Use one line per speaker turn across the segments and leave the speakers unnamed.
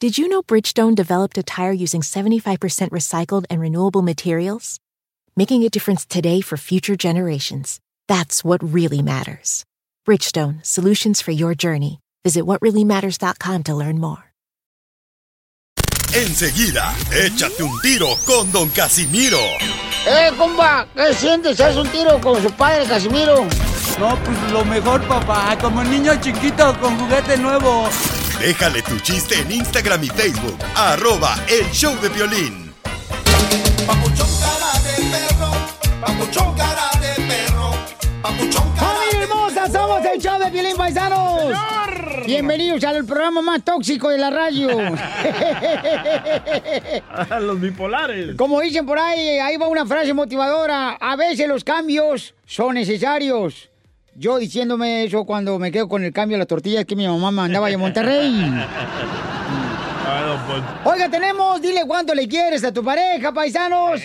Did you know Bridgestone developed a tire using 75% recycled and renewable materials? Making a difference today for future generations. That's what really matters. Bridgestone, solutions for your journey. Visit whatreallymatters.com to learn more.
Enseguida, échate un tiro con Don Casimiro.
¡Eh, compa! ¿Qué sientes? ¿Haz un tiro con su padre, Casimiro?
No, pues lo mejor, papá. Como niño chiquito con juguete nuevo.
Déjale tu chiste en Instagram y Facebook. Arroba El Show de Violín.
Papuchón cara de perro, papuchón cara de perro, papuchón cara
¡Familia hermosa! ¡Somos el show de Piolín Paisanos! Bienvenidos al programa más tóxico de la radio.
A los bipolares.
Como dicen por ahí, ahí va una frase motivadora. A veces los cambios son necesarios. Yo diciéndome eso cuando me quedo con el cambio de las tortillas que mi mamá mandaba de Monterrey.
Ah, don Poncho.
Oiga, tenemos, dile cuánto le quieres a tu pareja, paisanos.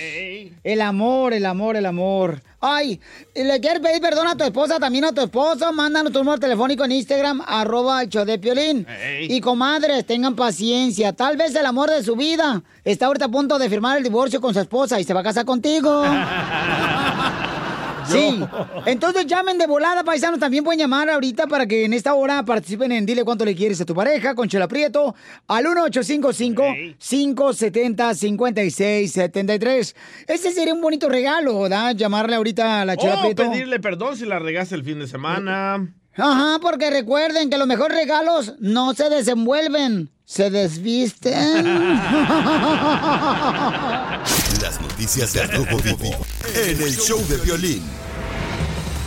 El amor, el amor, el amor. Ay, ¿y ¿le quieres pedir perdón a tu esposa, también a tu esposo? Mándanos tu número telefónico en Instagram, arroba el show de Piolín.
Ey.
Y comadres, tengan paciencia. Tal vez el amor de su vida está ahorita a punto de firmar el divorcio con su esposa y se va a casar contigo. Sí. Entonces llamen de volada, paisanos. También pueden llamar ahorita para que en esta hora participen en Dile cuánto le quieres a tu pareja con Chela Prieto al 1855-570-5673. Ese sería un bonito regalo, ¿verdad? Llamarle ahorita a la Ah, Chela
O
Prieto.
Oh, pedirle perdón si la regaste el fin de semana.
Ajá, porque recuerden que los mejores regalos no se desenvuelven, se desvisten.
Las noticias del Rojo Vivo en El Show de Violín.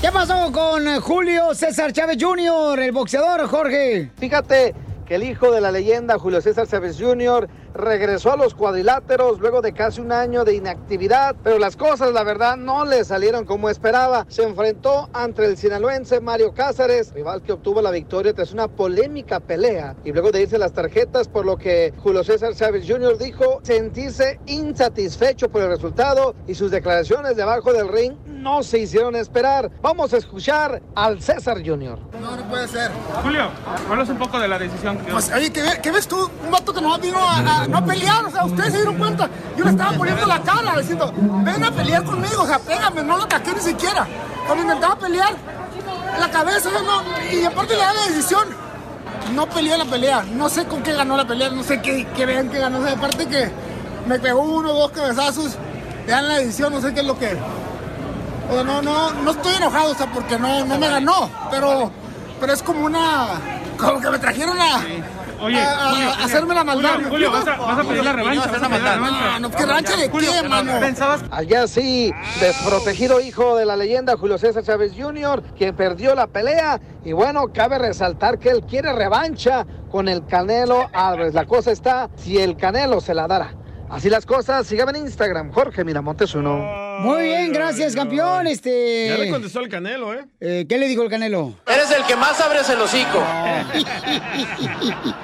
¿Qué pasó con Julio César Chávez Jr., el boxeador, Jorge?
Fíjate que el hijo de la leyenda Julio César Chávez Jr. regresó a los cuadriláteros luego de casi un año de inactividad, pero las cosas la verdad no le salieron como esperaba. Se enfrentó ante el sinaloense Mario Cáceres, rival que obtuvo la victoria tras una polémica pelea y luego de irse las tarjetas, por lo que Julio César Chávez Jr. dijo sentirse insatisfecho por el resultado y sus declaraciones debajo del ring no se hicieron esperar. Vamos a escuchar al César Jr.
No, no puede ser.
Julio, hablas un poco de la decisión que
Pues, oye, ¿qué, ve- qué ves tú? Un vato que no vino a, a- no a pelear, o sea, ustedes se dieron cuenta. Yo le estaba poniendo la cara, diciendo, ven a pelear conmigo, o sea, pégame, no lo ataqué ni siquiera. Cuando intentaba pelear, la cabeza, yo no, y aparte le da la decisión. No peleé la pelea, no sé con qué ganó la pelea, no sé qué, qué ven que ganó, o sea, aparte que me pegó uno o dos cabezazos, le dan la decisión, no sé qué es lo que... O sea, no, no, no estoy enojado, o sea, porque no, no me ganó, pero, pero es como una... Como que me trajeron a...
Oye,
a- a-
Julio,
a hacerme la maldad.
Julio, Julio, vas a, vas a pedir la revancha. Vas a pedir la
Ah,
revancha.
no, ¿qué rancha de
Julio,
qué, mano?
Pensabas
Allá sí, desprotegido hijo de la leyenda Julio César Chávez Jr., quien perdió la pelea. Y bueno, cabe resaltar que él quiere revancha con el Canelo Álvarez. La cosa está si el Canelo se la dará. Así las cosas, síganme en Instagram, Jorge Miramontes uno.
Muy bien, gracias, campeón. Este.
Ya le contestó el Canelo, ¿eh?
eh, ¿Qué le dijo el Canelo?
Eres el que más abres el hocico.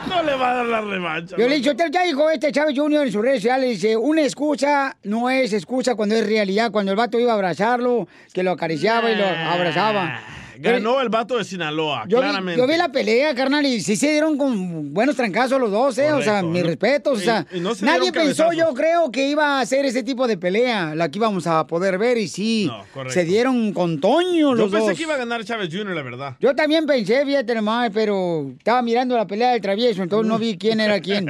No le va a dar la revancha.
Yo le
¿no?
dije, "Usted ya dijo este Chávez Junior en sus redes sociales, dice, una excusa no es excusa cuando es realidad, cuando el vato iba a abrazarlo, que lo acariciaba y lo abrazaba.
Ah, Ganó el vato de Sinaloa,
Yo vi,
claramente.
yo vi la pelea, carnal, y sí se dieron con buenos trancazos los dos, ¿eh? o sea,
Correcto.
mis
No-
respetos, o
y-
sea,
y no se
nadie
dieron
pensó,
cabezazos.
yo creo, que iba a hacer ese tipo de pelea, la que íbamos a poder ver, y sí,
No, correcto.
se dieron con Toño
Yo
los
pensé
dos.
que iba a ganar Chávez Jr., la verdad.
Yo también pensé, fíjate nomás, pero estaba mirando la pelea del travieso, entonces no vi quién era quién.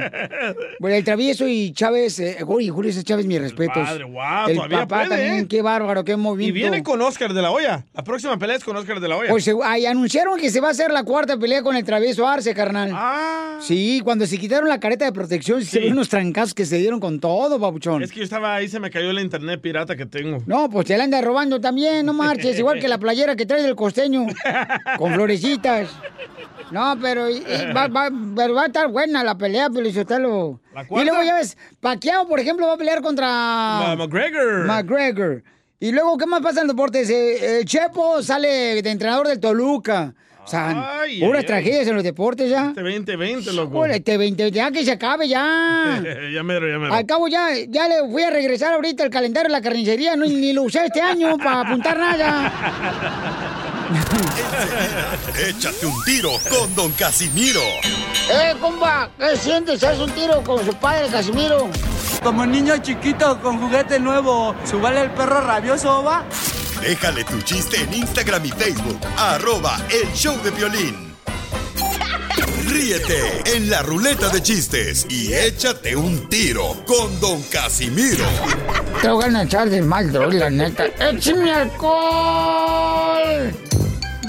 Bueno, el travieso y Chávez, eh, uy, Julio César Chávez, mis respetos.
padre, guau,
el
todavía
papá
puede,
también,
¿eh?
qué bárbaro, qué
Y
movimiento.
viene con Oscar de la Hoya. La próxima pelea es con Oscar de la Hoya.
Pues, eh, ay, anunciaron que se va a hacer la cuarta pelea con el travieso Arce, carnal.
ah,
Sí, cuando se quitaron la careta de protección, se vieron unos trancazos que se dieron con todo, babuchón.
es que yo estaba ahí, se me cayó la internet pirata que tengo.
No, pues se la anda robando también, no marches, igual que la playera que trae del costeño, con florecitas. No, pero, y- y va, va- pero va a estar buena la pelea, Felicitelo.
¿La
Y
cuarta?
luego ya ves, Paquiao, por ejemplo, va a pelear contra...
Ma- McGregor.
McGregor. Y luego, ¿qué más pasa en deportes? Eh, eh, Chepo sale de entrenador del Toluca. O sea,
Ay,
puras
ay,
tragedias en los deportes ya.
Este 2020, loco.
Bueno, este 20, ya que se acabe ya.
ya mero, ya mero.
Al cabo ya, ya le voy a regresar ahorita el calendario de la carnicería, no, ni lo usé este año para apuntar nada.
Échate un tiro con Don Casimiro.
¡Eh, compa! ¿Qué sientes? ¿Haz un tiro con su padre, Casimiro?
Como niño chiquito con juguete nuevo, subale el perro rabioso, va.
Déjale tu chiste en Instagram y Facebook. Arroba el show de violín. Ríete en la ruleta de chistes y échate un tiro con Don Casimiro.
Te voy a echar de mal, doy, la neta. ¡Échame alcohol!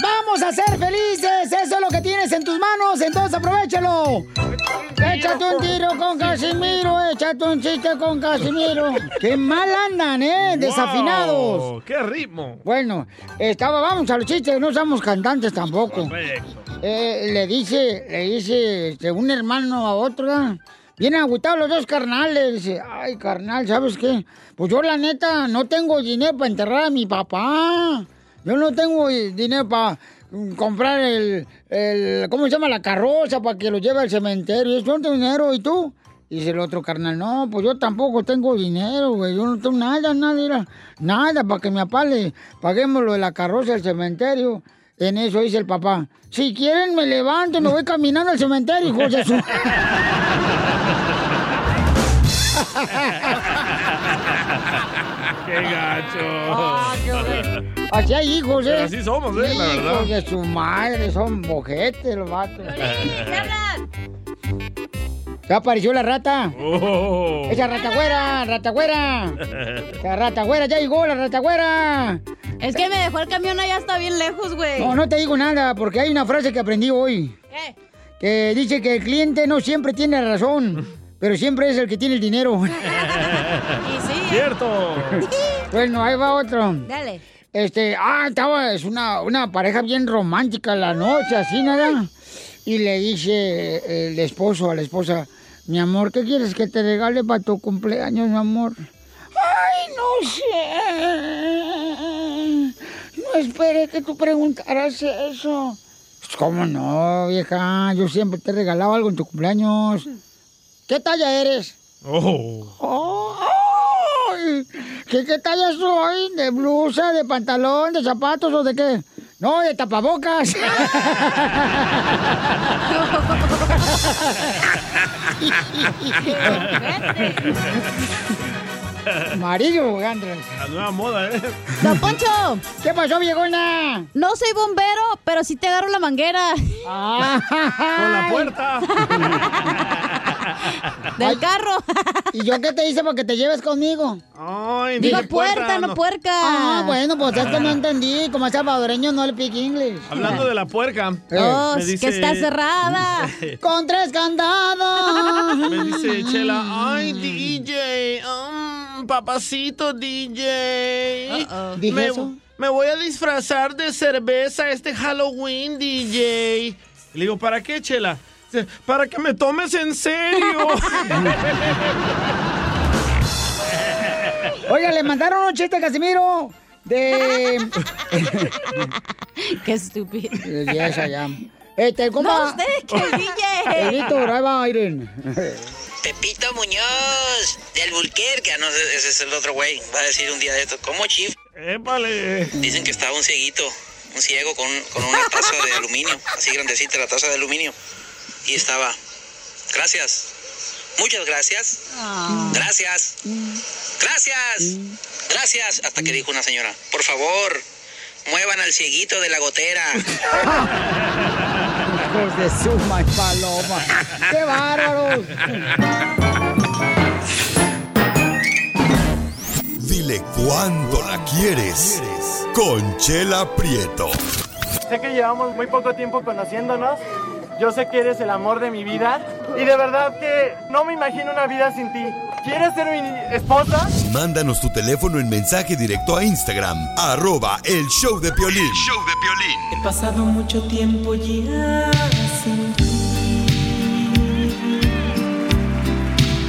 ¡Vamos a ser felices! Eso es lo que tienes en tus manos, entonces aprovechalo. Échate un tiro con Casimiro, échate un chiste con Casimiro. ¡Qué mal andan, eh! Desafinados.
Wow, ¡Qué ritmo!
Bueno, estaba, vamos a los chistes, no somos cantantes tampoco. Eh, le dice, le dice este, un hermano a otro, ¿verdad? Vienen agotados los dos carnales. Dice, ay, carnal, ¿sabes qué? Pues yo, la neta, no tengo dinero para enterrar a mi papá. Yo no tengo eh, dinero para mm, comprar el, el- ¿cómo se llama? La carroza para que lo lleve al cementerio. Yo no tengo dinero, ¿y tú? Dice el otro carnal, no, pues yo tampoco tengo dinero, güey. Yo no tengo nada, nada, era nada para que mi papá le paguemos lo de la carroza del cementerio. En eso dice el papá, si quieren me levanto, y me voy caminando al cementerio, hijo de su...
¡Qué gacho!
Ah,
Así hay hijos, ¿eh?
Pero así somos, ¿eh? La verdad.
Hijos de su madre, son bojetes los vatos. Ya apareció la rata.
Oh.
Esa rata güera, rata güera. La rata güera, ya llegó la rata güera.
Es que me dejó el camión allá hasta bien lejos, güey.
No, no te digo nada, porque hay una frase que aprendí hoy.
¿Qué?
Que dice que el cliente no siempre tiene razón, pero siempre es el que tiene el dinero.
Y sí.
¡Cierto!
bueno, ahí va otro.
Dale.
Este, ah, estaba, es una, una pareja bien romántica la noche, así nada. Y le dice el esposo a la esposa, mi amor, ¿qué quieres que te regale para tu cumpleaños, mi amor? "Pues, Ay, no sé. No esperé que tú preguntaras eso. ¿Cómo no, vieja? Yo siempre te regalaba algo en tu cumpleaños. ¿Qué talla eres?
¡Oh!
¡Oh! ¡Ay! ¿Qué, ¿Qué talla soy? ¿De blusa, de pantalón, de zapatos o de qué? No, de tapabocas. Amarillo, Gandra.
La nueva moda, ¿eh?
¡Don Poncho!
¿Qué pasó, viejona?
No soy bombero, pero sí te agarro la manguera.
Ah.
Con
la puerta.
Del carro.
¿Y yo qué te hice para que te lleves conmigo?
Ay,
Digo
dije
puerta, no, puerca.
Ah, bueno, pues es que no entendí. Como es salvadoreño, no le pique inglés.
Hablando de la puerca.
Eh.
Oh,
me
es
dice-
que está cerrada.
Con tres candados.
Me dice Chela, ay
Mm.
DJ, mm, papacito DJ.
Uh-oh.
¿Dije
me,
eso?
me voy a disfrazar de cerveza este Halloween DJ. Le digo, ¿para qué Chela? Dice, Para que me tomes en serio.
Oiga, le mandaron un chiste a Casimiro de.
Qué estúpido.
Ya, ya, ya. Este, ¿cómo?
No, usted, que el DJ.
Edito, ahí va, Irene.
Pepito Muñoz, del Bulquerque. Ah, no, ese ese es el otro güey. Va a decir un día de esto, ¿cómo chif?
Épale.
Dicen que estaba un cieguito, un ciego con, con una taza de aluminio, así grandecita la taza de aluminio. Y estaba, gracias, muchas gracias,
Ah.
gracias, gracias, gracias. Hasta que dijo una señora, por favor, muevan al cieguito de la gotera.
Hijos de su ma- paloma. ¡Qué bárbaros!
Dile cuándo la quieres. Conchela Prieto.
Sé que llevamos muy poco tiempo conociéndonos. Yo sé que eres el amor de mi vida. Y de verdad que no me imagino una vida sin ti. ¿Quieres ser mi esposa?
Mándanos tu teléfono en mensaje directo a Instagram, arroba el show de Piolín.
de violín. He pasado mucho tiempo ya sin ti.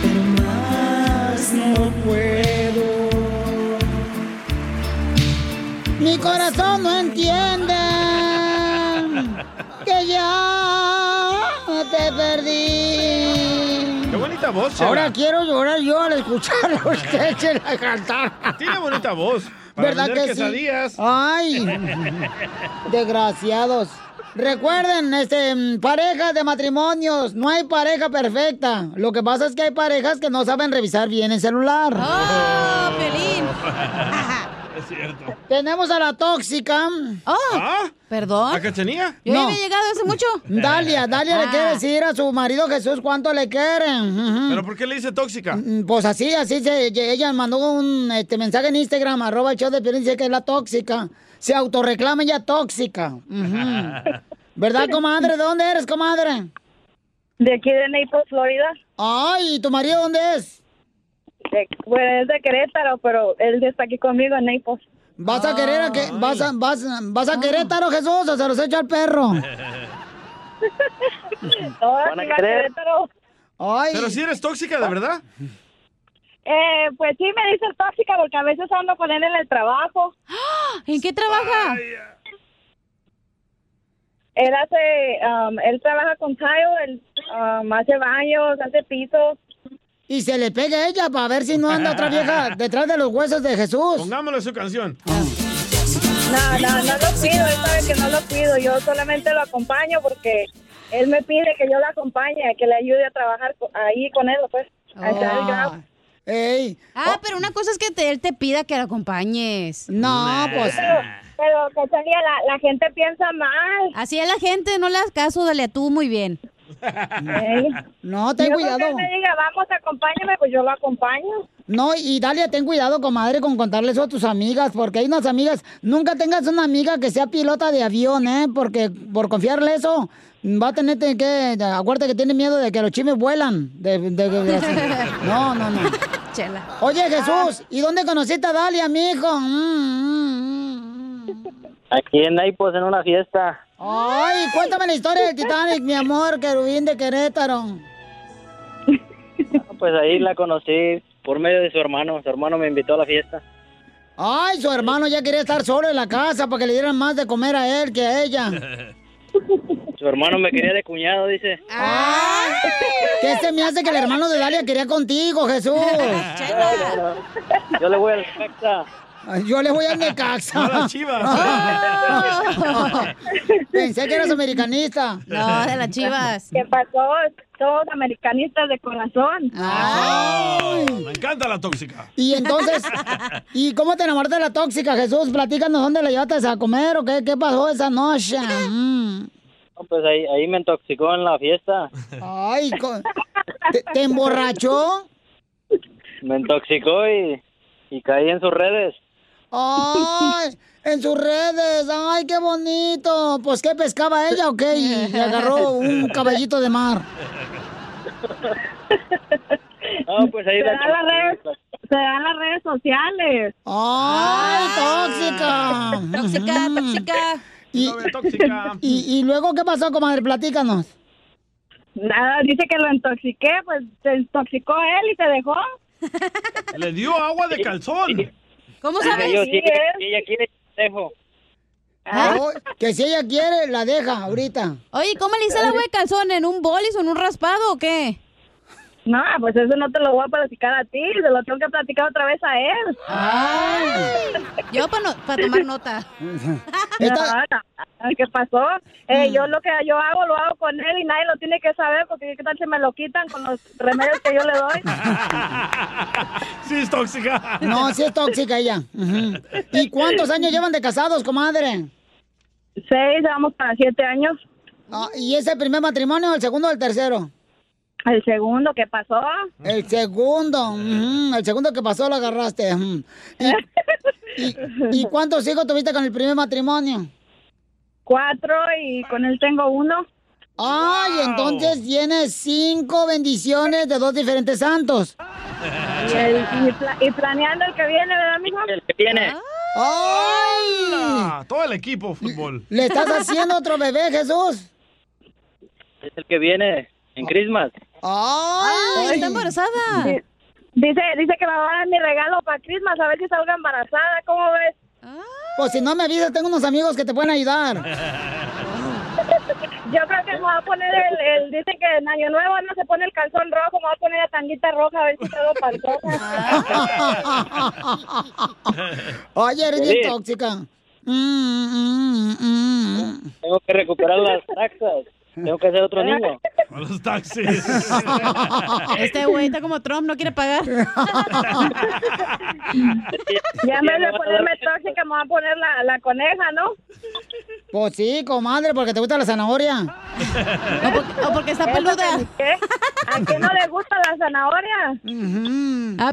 Pero más no puedo.
Mi corazón no entiende que ya te perdí.
Qué bonita voz, Chela.
Ahora quiero llorar yo al escuchar a usted, Chela, cantar.
Tiene bonita voz. Para
¿Verdad
vender
que sí?
quesadillas.
Ay. Desgraciados. Recuerden, este, mm, parejas de matrimonios, no hay pareja perfecta. Lo que pasa es que hay parejas que no saben revisar bien el celular. Ah,
es cierto.
Tenemos a la tóxica.
¿Ah?
Oh, ¿Perdón?
¿A Cachanía?
Yo había llegado hace mucho. Dalia, Dalia le
Ah.
quiere decir a su marido Jesús cuánto le quieren. Ujú.
¿Pero por qué le dice tóxica?
Mm, Pues así, así se, ye- ella mandó un este, mensaje en Instagram, arroba el show de Piolín, dice que es la tóxica. Se autorreclama ya tóxica. Ujú. ¿Verdad, comadre? ¿De dónde eres, comadre?
De aquí de Naples, Florida.
Ay, ¿y tu marido dónde es?
bueno, es de Querétaro, pero él está aquí conmigo en Naples.
¿Vas a querer a que vas a, vas, vas a
Ah.
Querétaro, Jesús, o se los echa al perro?
Ahora sí va a Querétaro.
Pero si eres tóxica, ¿de verdad?
Eh, pues sí, me dicen tóxica porque a veces ando con él en el trabajo.
¿En qué trabaja?
Él hace, um, él trabaja con Tayo, él um, hace baños, hace pisos.
Y se le pega a ella para ver si no anda otra vieja detrás de los huesos de Jesús.
Pongámosle su canción.
No, no, no lo pido, él sabe que no lo pido, yo solamente lo acompaño porque él me pide que yo lo acompañe, que le ayude a trabajar co- ahí con él, pues.
Oh.
a echar el grabo.
Ah, pero una cosa es que te- él te pida que la acompañes.
No,
pues. Pero- Pero, Cachanilla, la, la gente piensa mal.
Así es la gente, no le hagas caso, dale a tú muy bien.
No, ten
Yo con que
cuidado.
él me diga, vamos, acompáñame, pues yo lo acompaño.
No, y Dalia, ten cuidado, comadre, con contarle eso a tus amigas, porque hay unas amigas, nunca tengas una amiga que sea pilota de avión, ¿eh? Porque por confiarle eso, va a tener que, acuérdate que tiene miedo de que los chimes vuelan. De, de- de- de- no, no, no.
Chela.
Oye, Jesús, ¿y dónde conociste a Dalia, mijo? Mm, mm.
Aquí en Naples, en una fiesta.
Ay, cuéntame la historia del Titanic, mi amor, querubín de Querétaro.
Pues ahí la conocí por medio de su hermano. Su hermano me invitó a la fiesta.
Ay, su hermano ya quería estar solo en la casa para que le dieran más de comer a él que a ella.
Su hermano me quería de cuñado, dice.
Ah, ¿Qué se me hace que el hermano de Dalia quería contigo, Jesús?
Yo le voy al Necaxa.
Ay, Yo le voy al Necaxa.
A las Chivas.
Ah. Pensé que eras americanista.
No, de las Chivas.
¿Qué pasó? Todos americanistas de corazón.
Ah.
Oh, me encanta la tóxica.
Y entonces, ¿y cómo te enamoraste de la tóxica, Jesús? Platícanos dónde la llevaste a comer o qué, qué pasó esa noche. Mm.
No, Pues ahí, ahí me intoxicó en la fiesta.
Ay, co- ¿te, te emborrachó?
Me intoxicó y, y caí en sus redes.
Ay, en sus redes. Ay, qué bonito. Pues, ¿qué pescaba ella o qué? Y le agarró un caballito de mar.
No, pues ahí
se,
la
dan las redes, se dan las redes sociales.
¡Ay, tóxica!
Ah.
Mm.
Tóxica, tóxica.
Y, y, y luego, ¿qué pasó, comadre? Platícanos.
Nada, dice que lo intoxiqué, pues se intoxicó él y se dejó.
Le dio agua de calzón.
¿Cómo
Dije
sabes?
Yo,
Sí,
si ella,
es.
si ella quiere, yo dejo.
¿Ah?
Oh, que si ella quiere, la deja ahorita.
Oye, ¿cómo le hice la agua de calzón? ¿En un bolis o en un raspado o qué?
No, pues eso no te lo voy a platicar a ti, se lo tengo que platicar otra vez a él.
Yo para tomar nota.
No, no, ¿Qué pasó? Eh, Yo lo que yo hago, lo hago con él y nadie lo tiene que saber porque qué tal si me lo quitan con los remedios que yo le doy.
Sí, es tóxica.
No, sí es tóxica ella. Ujú. ¿Y cuántos años llevan de casados, comadre?
Seis, vamos para siete años.
Ah, ¿Y es el primer matrimonio, el segundo o el tercero?
El segundo, ¿qué pasó? ¿ah?
El segundo, ujú, el segundo que pasó lo agarraste. ujú. ¿Y, y- y cuántos hijos tuviste con el primer matrimonio?
Cuatro y con él tengo uno.
Ay, entonces tienes cinco bendiciones de dos diferentes santos.
Y, el- y pla- y planeando el que viene, ¿verdad, mijo?
El que viene.
Ah, todo el equipo fútbol.
¿Le estás haciendo otro bebé, Jesús?
Es el que viene en Christmas.
¡Ay!
está embarazada!
Di- Dice, dice que me va a dar mi regalo para Christmas, a ver si salga embarazada, ¿cómo ves?
Pues si no me avisas, tengo unos amigos que te pueden ayudar.
Yo creo que me va a poner el, el- dice que en Año Nuevo no se pone el calzón rojo, me va a poner la tanguita roja, a ver si salgo pantoja.
Oye, eres
Sí.
bien tóxica. Mm, mm, mm, mm.
Tengo que recuperar las taxas. Tengo que hacer otro niño.
A los taxis.
Este güey está como Trump, no quiere pagar.
Ya en vez de ponerme tóxica, me va a poner la, la coneja, ¿no?
Pues sí, comadre, porque te gusta la zanahoria.
O porque, o porque está
Eso
peluda.
que- ¿Qué? ¿A quién no le gusta la zanahoria?
A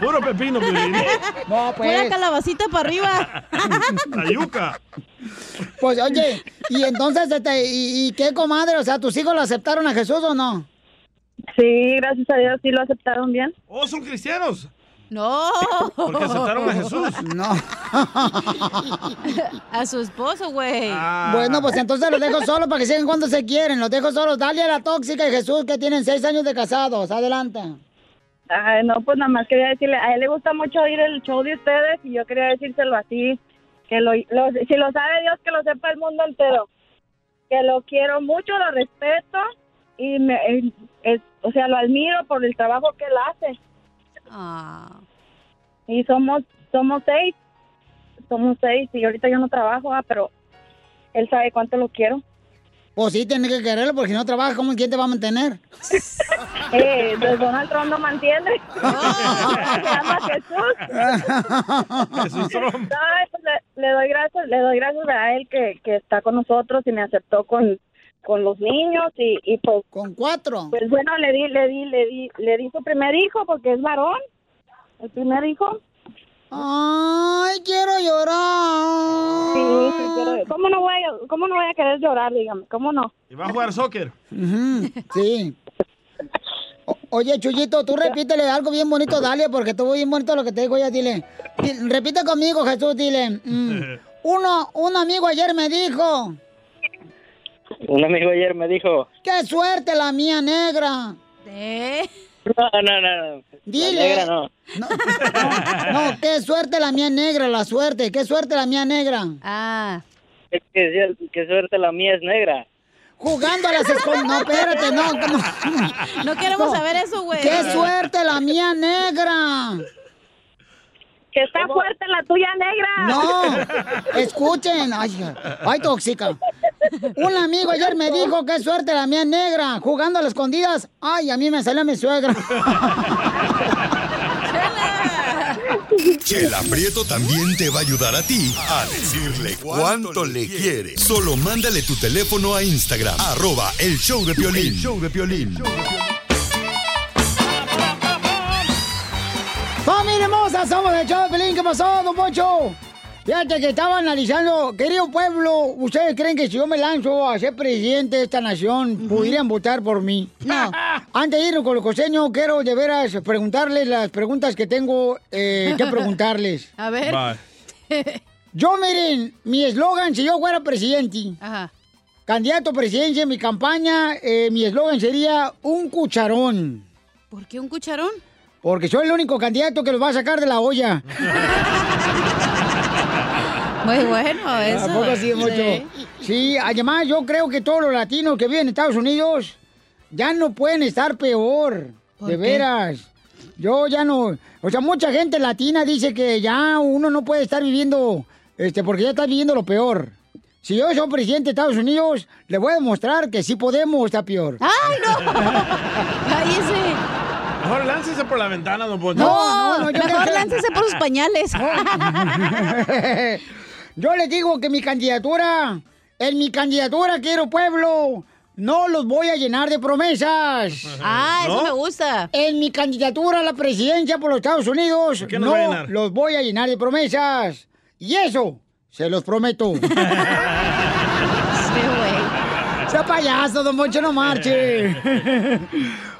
Puro pepino, Piolín.
No,
Pura calabacita para arriba.
La yuca.
Pues oye, y entonces, este, ¿y, y qué, comadre? O sea, ¿tus hijos lo aceptaron a Jesús o no?
Sí, gracias a Dios, sí lo aceptaron bien.
Oh, son cristianos.
No.
Porque aceptaron a Jesús.
No.
A su esposo, güey.
Bueno, pues entonces los dejo solos para que sigan cuando se quieren. Los dejo solos. Dale a la tóxica y Jesús que tienen seis años de casados. Adelante.
Ay, no, pues nada más quería decirle, a él le gusta mucho oír el show de ustedes y yo quería decírselo así, que lo, lo- si lo sabe Dios, que lo sepa el mundo entero, que lo quiero mucho, lo respeto y, me, eh, es- o sea, lo admiro por el trabajo que él hace.
Ah.
Y somos, somos seis, somos seis y ahorita yo no trabajo, ah, pero él sabe cuánto lo quiero.
Pues sí, tienes que quererlo porque si no trabaja, ¿cómo, ¿quién te va a mantener?
Eh, pues Donald Trump no mantiene. Se llama Jesús.
Jesús Trump.
Ay, pues le, le doy gracias, le doy gracias a él que, que está con nosotros y me aceptó con, con los niños y, y pues
con cuatro.
Pues bueno, le di, le di, le di, le di su primer hijo porque es varón, el primer hijo.
Ay, quiero llorar.
Sí, sí, quiero- ¿Cómo no voy a, cómo no voy a querer llorar, dígame? ¿Cómo no?
Y va a jugar soccer.
Ujú, sí. O- oye, Chuyito, tú repítele algo bien bonito, Dalia, porque estuvo bien bonito lo que te dijo ella. Dile, Di- repite conmigo, Jesús, dile. mm, uno, un amigo ayer me dijo,
Un amigo ayer me dijo.
qué suerte la mía negra.
No, no, no. no.
Dile.
La negra no.
No, qué suerte la mía negra, la suerte, qué suerte la mía negra.
Ah.
Es que decía, qué suerte la mía es negra.
Jugando a las escondidas. No, espérate, no. No,
No queremos saber eso, güey.
Qué suerte la mía negra.
Que está fuerte la tuya negra.
No, escuchen. Ay, ay, tóxica. Un amigo ayer me dijo, qué suerte la mía negra, jugando a las escondidas. Ay, a mí me salió mi suegra.
Chela Prieto también te va a ayudar a ti a decirle cuánto le quiere. Solo mándale tu teléfono a Instagram, arroba el show de Piolín. show de Piolín.
¡Familia hermosa! Somos el show de Pelín. ¿Qué pasó, Don Poncho? Fíjate que estaba analizando, querido pueblo, ¿ustedes creen que si yo me lanzo a ser presidente de esta nación, podrían votar por mí? No. Antes de irnos con los coseños, quiero de veras preguntarles las preguntas que tengo eh, que preguntarles.
A ver.
Va. Yo, miren, mi eslogan, si yo fuera presidente, candidato a presidencia en mi campaña, eh, mi eslogan sería un cucharón.
¿Por qué un cucharón?
Porque soy el único candidato que los va a sacar de la olla.
Muy bueno eso.
¿A poco sí, Poncho?
Sí.
Sí, además yo creo que todos los latinos que viven en Estados Unidos ya no pueden estar peor.
¿Por
De
qué?
veras. Yo ya no. O sea, mucha gente latina dice que ya uno no puede estar viviendo, este, porque ya está viviendo lo peor. Si yo soy presidente de Estados Unidos, le voy a demostrar que sí podemos estar peor.
¡Ay, no! ¡Cállese!
Mejor láncese por la ventana, don Poncho.
No, no, no, yo
Mejor
creo-
láncese por sus pañales.
Yo les digo que mi candidatura, en mi candidatura quiero pueblo, no los voy a llenar de promesas.
Ah, eso ¿No? me gusta.
En mi candidatura a la presidencia por los Estados Unidos,
qué nos va a
no
llenar?
los voy a llenar de promesas. Y eso, se los prometo.
Sí, güey.
Sea payaso, don Moncho, no marche.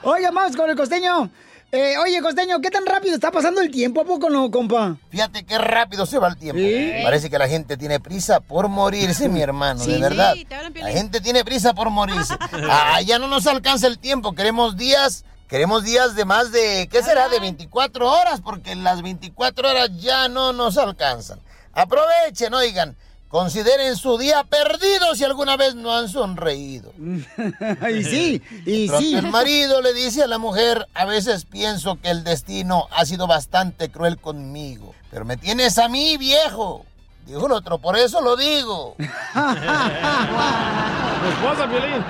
Oye, vamos con el costeño. Eh, oye, costeño, ¿qué tan rápido está pasando el tiempo? ¿A poco no, compa?
Fíjate qué rápido se va el tiempo. Parece que la gente tiene prisa por morirse, mi hermano,
Sí,
de
sí,
verdad.
te hablan,
la
Piolín.
gente tiene prisa por morirse. Ah, ya no nos alcanza el tiempo, queremos días. Queremos días de más de, ¿qué será? De 24 horas, porque las 24 horas ya no nos alcanzan. Aprovechen, oigan, consideren su día perdido si alguna vez no han sonreído.
y sí, y
Pronto
sí.
El marido le dice a la mujer, a veces pienso que el destino ha sido bastante cruel conmigo, pero me tienes a mí viejo. Dijo el otro, por eso lo digo.
esposa, Violín.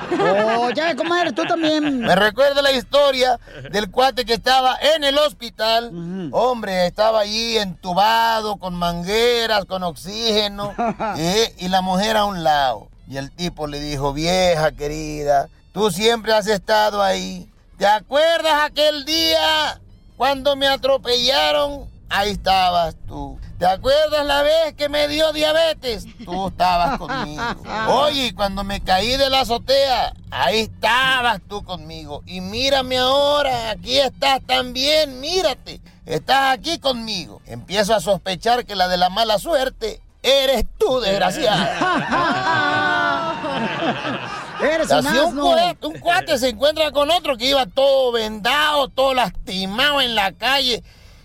Oh, ya, comadre, tú también.
Me recuerda la historia del cuate que estaba en el hospital. Hombre, estaba ahí entubado, con mangueras, con oxígeno. ¿eh? Y la mujer a un lado. Y el tipo le dijo, vieja querida, tú siempre has estado ahí. ¿Te acuerdas aquel día cuando me atropellaron? Ahí estabas tú. ¿Te acuerdas la vez que me dio diabetes? Tú estabas conmigo. Oye, y cuando me caí de la azotea, ahí estabas tú conmigo. Y mírame ahora, aquí estás también, mírate. Estás aquí conmigo. Empiezo a sospechar que la de la mala suerte eres tú, desgraciada.
Eres un
Así
asno.
cuate, un cuate se encuentra con otro que iba todo vendado, todo lastimado en la calle.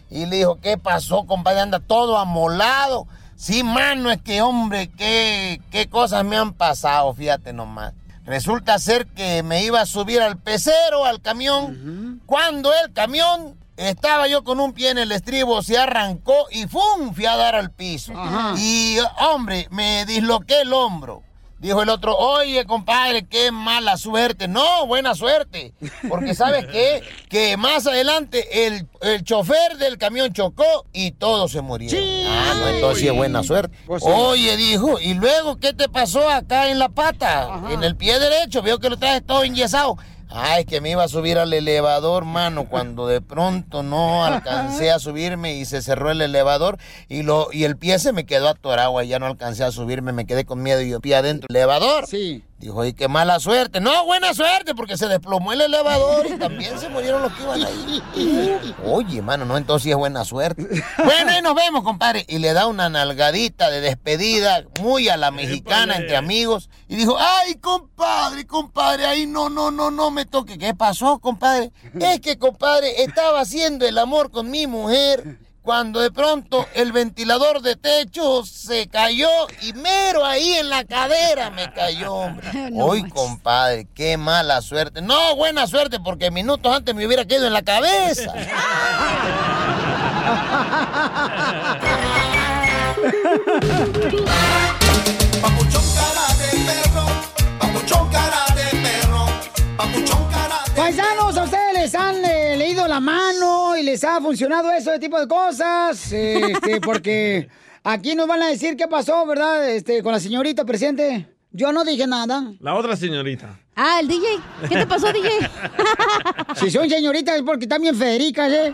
Y le dijo, ¿qué pasó, compadre? Anda todo amolado. Sí, mano, es que, hombre, qué, qué cosas me han pasado, fíjate nomás. Resulta ser que me iba a subir al pecero, al camión. Cuando el camión estaba yo con un pie en el estribo, se arrancó y ¡fum! Fui a dar al piso. Y, hombre, me disloqué el hombro. Dijo el otro, oye, compadre, qué mala suerte. No, buena suerte. Porque sabes qué? Que más adelante el, el chofer del camión chocó y todos se murieron. Ah, no, entonces sí es buena suerte.
Pues sí.
Oye, dijo, ¿y luego qué te pasó acá en la pata? En el pie derecho, veo que lo traes todo enyesado. Ay, que me iba a subir al elevador, mano, cuando de pronto no alcancé a subirme y se cerró el elevador y lo y el pie se me quedó atorado, ahí ya no alcancé a subirme, me quedé con miedo y yo pie adentro del elevador.
Sí.
Dijo, "Y qué mala suerte." No, buena suerte porque se desplomó el elevador y también se murieron los que iban ahí. Oye, mano, no, entonces sí es buena suerte. Bueno, ahí nos vemos, compadre. Y le da una nalgadita de despedida muy a la mexicana entre amigos. Y dijo, ay, compadre, compadre, ahí no, no, no, no me toque. ¿Qué pasó, compadre? Es que, compadre, estaba haciendo el amor con mi mujer. Cuando de pronto el ventilador de techo se cayó y mero ahí en la cadera me cayó, hombre. Hoy, compadre, qué mala suerte. No, buena suerte, porque minutos antes me hubiera quedado en la cabeza.
Paisanos, ¿a ustedes les han eh, leído la mano y les ha funcionado eso, ese tipo de cosas? Eh, Este, porque aquí nos van a decir qué pasó, ¿verdad? Este, con la señorita presente. Yo no dije nada.
La otra señorita.
Ah, el DJ.
¿Qué te pasó,
DJ? si son señoritas es porque también Federica, ¿eh?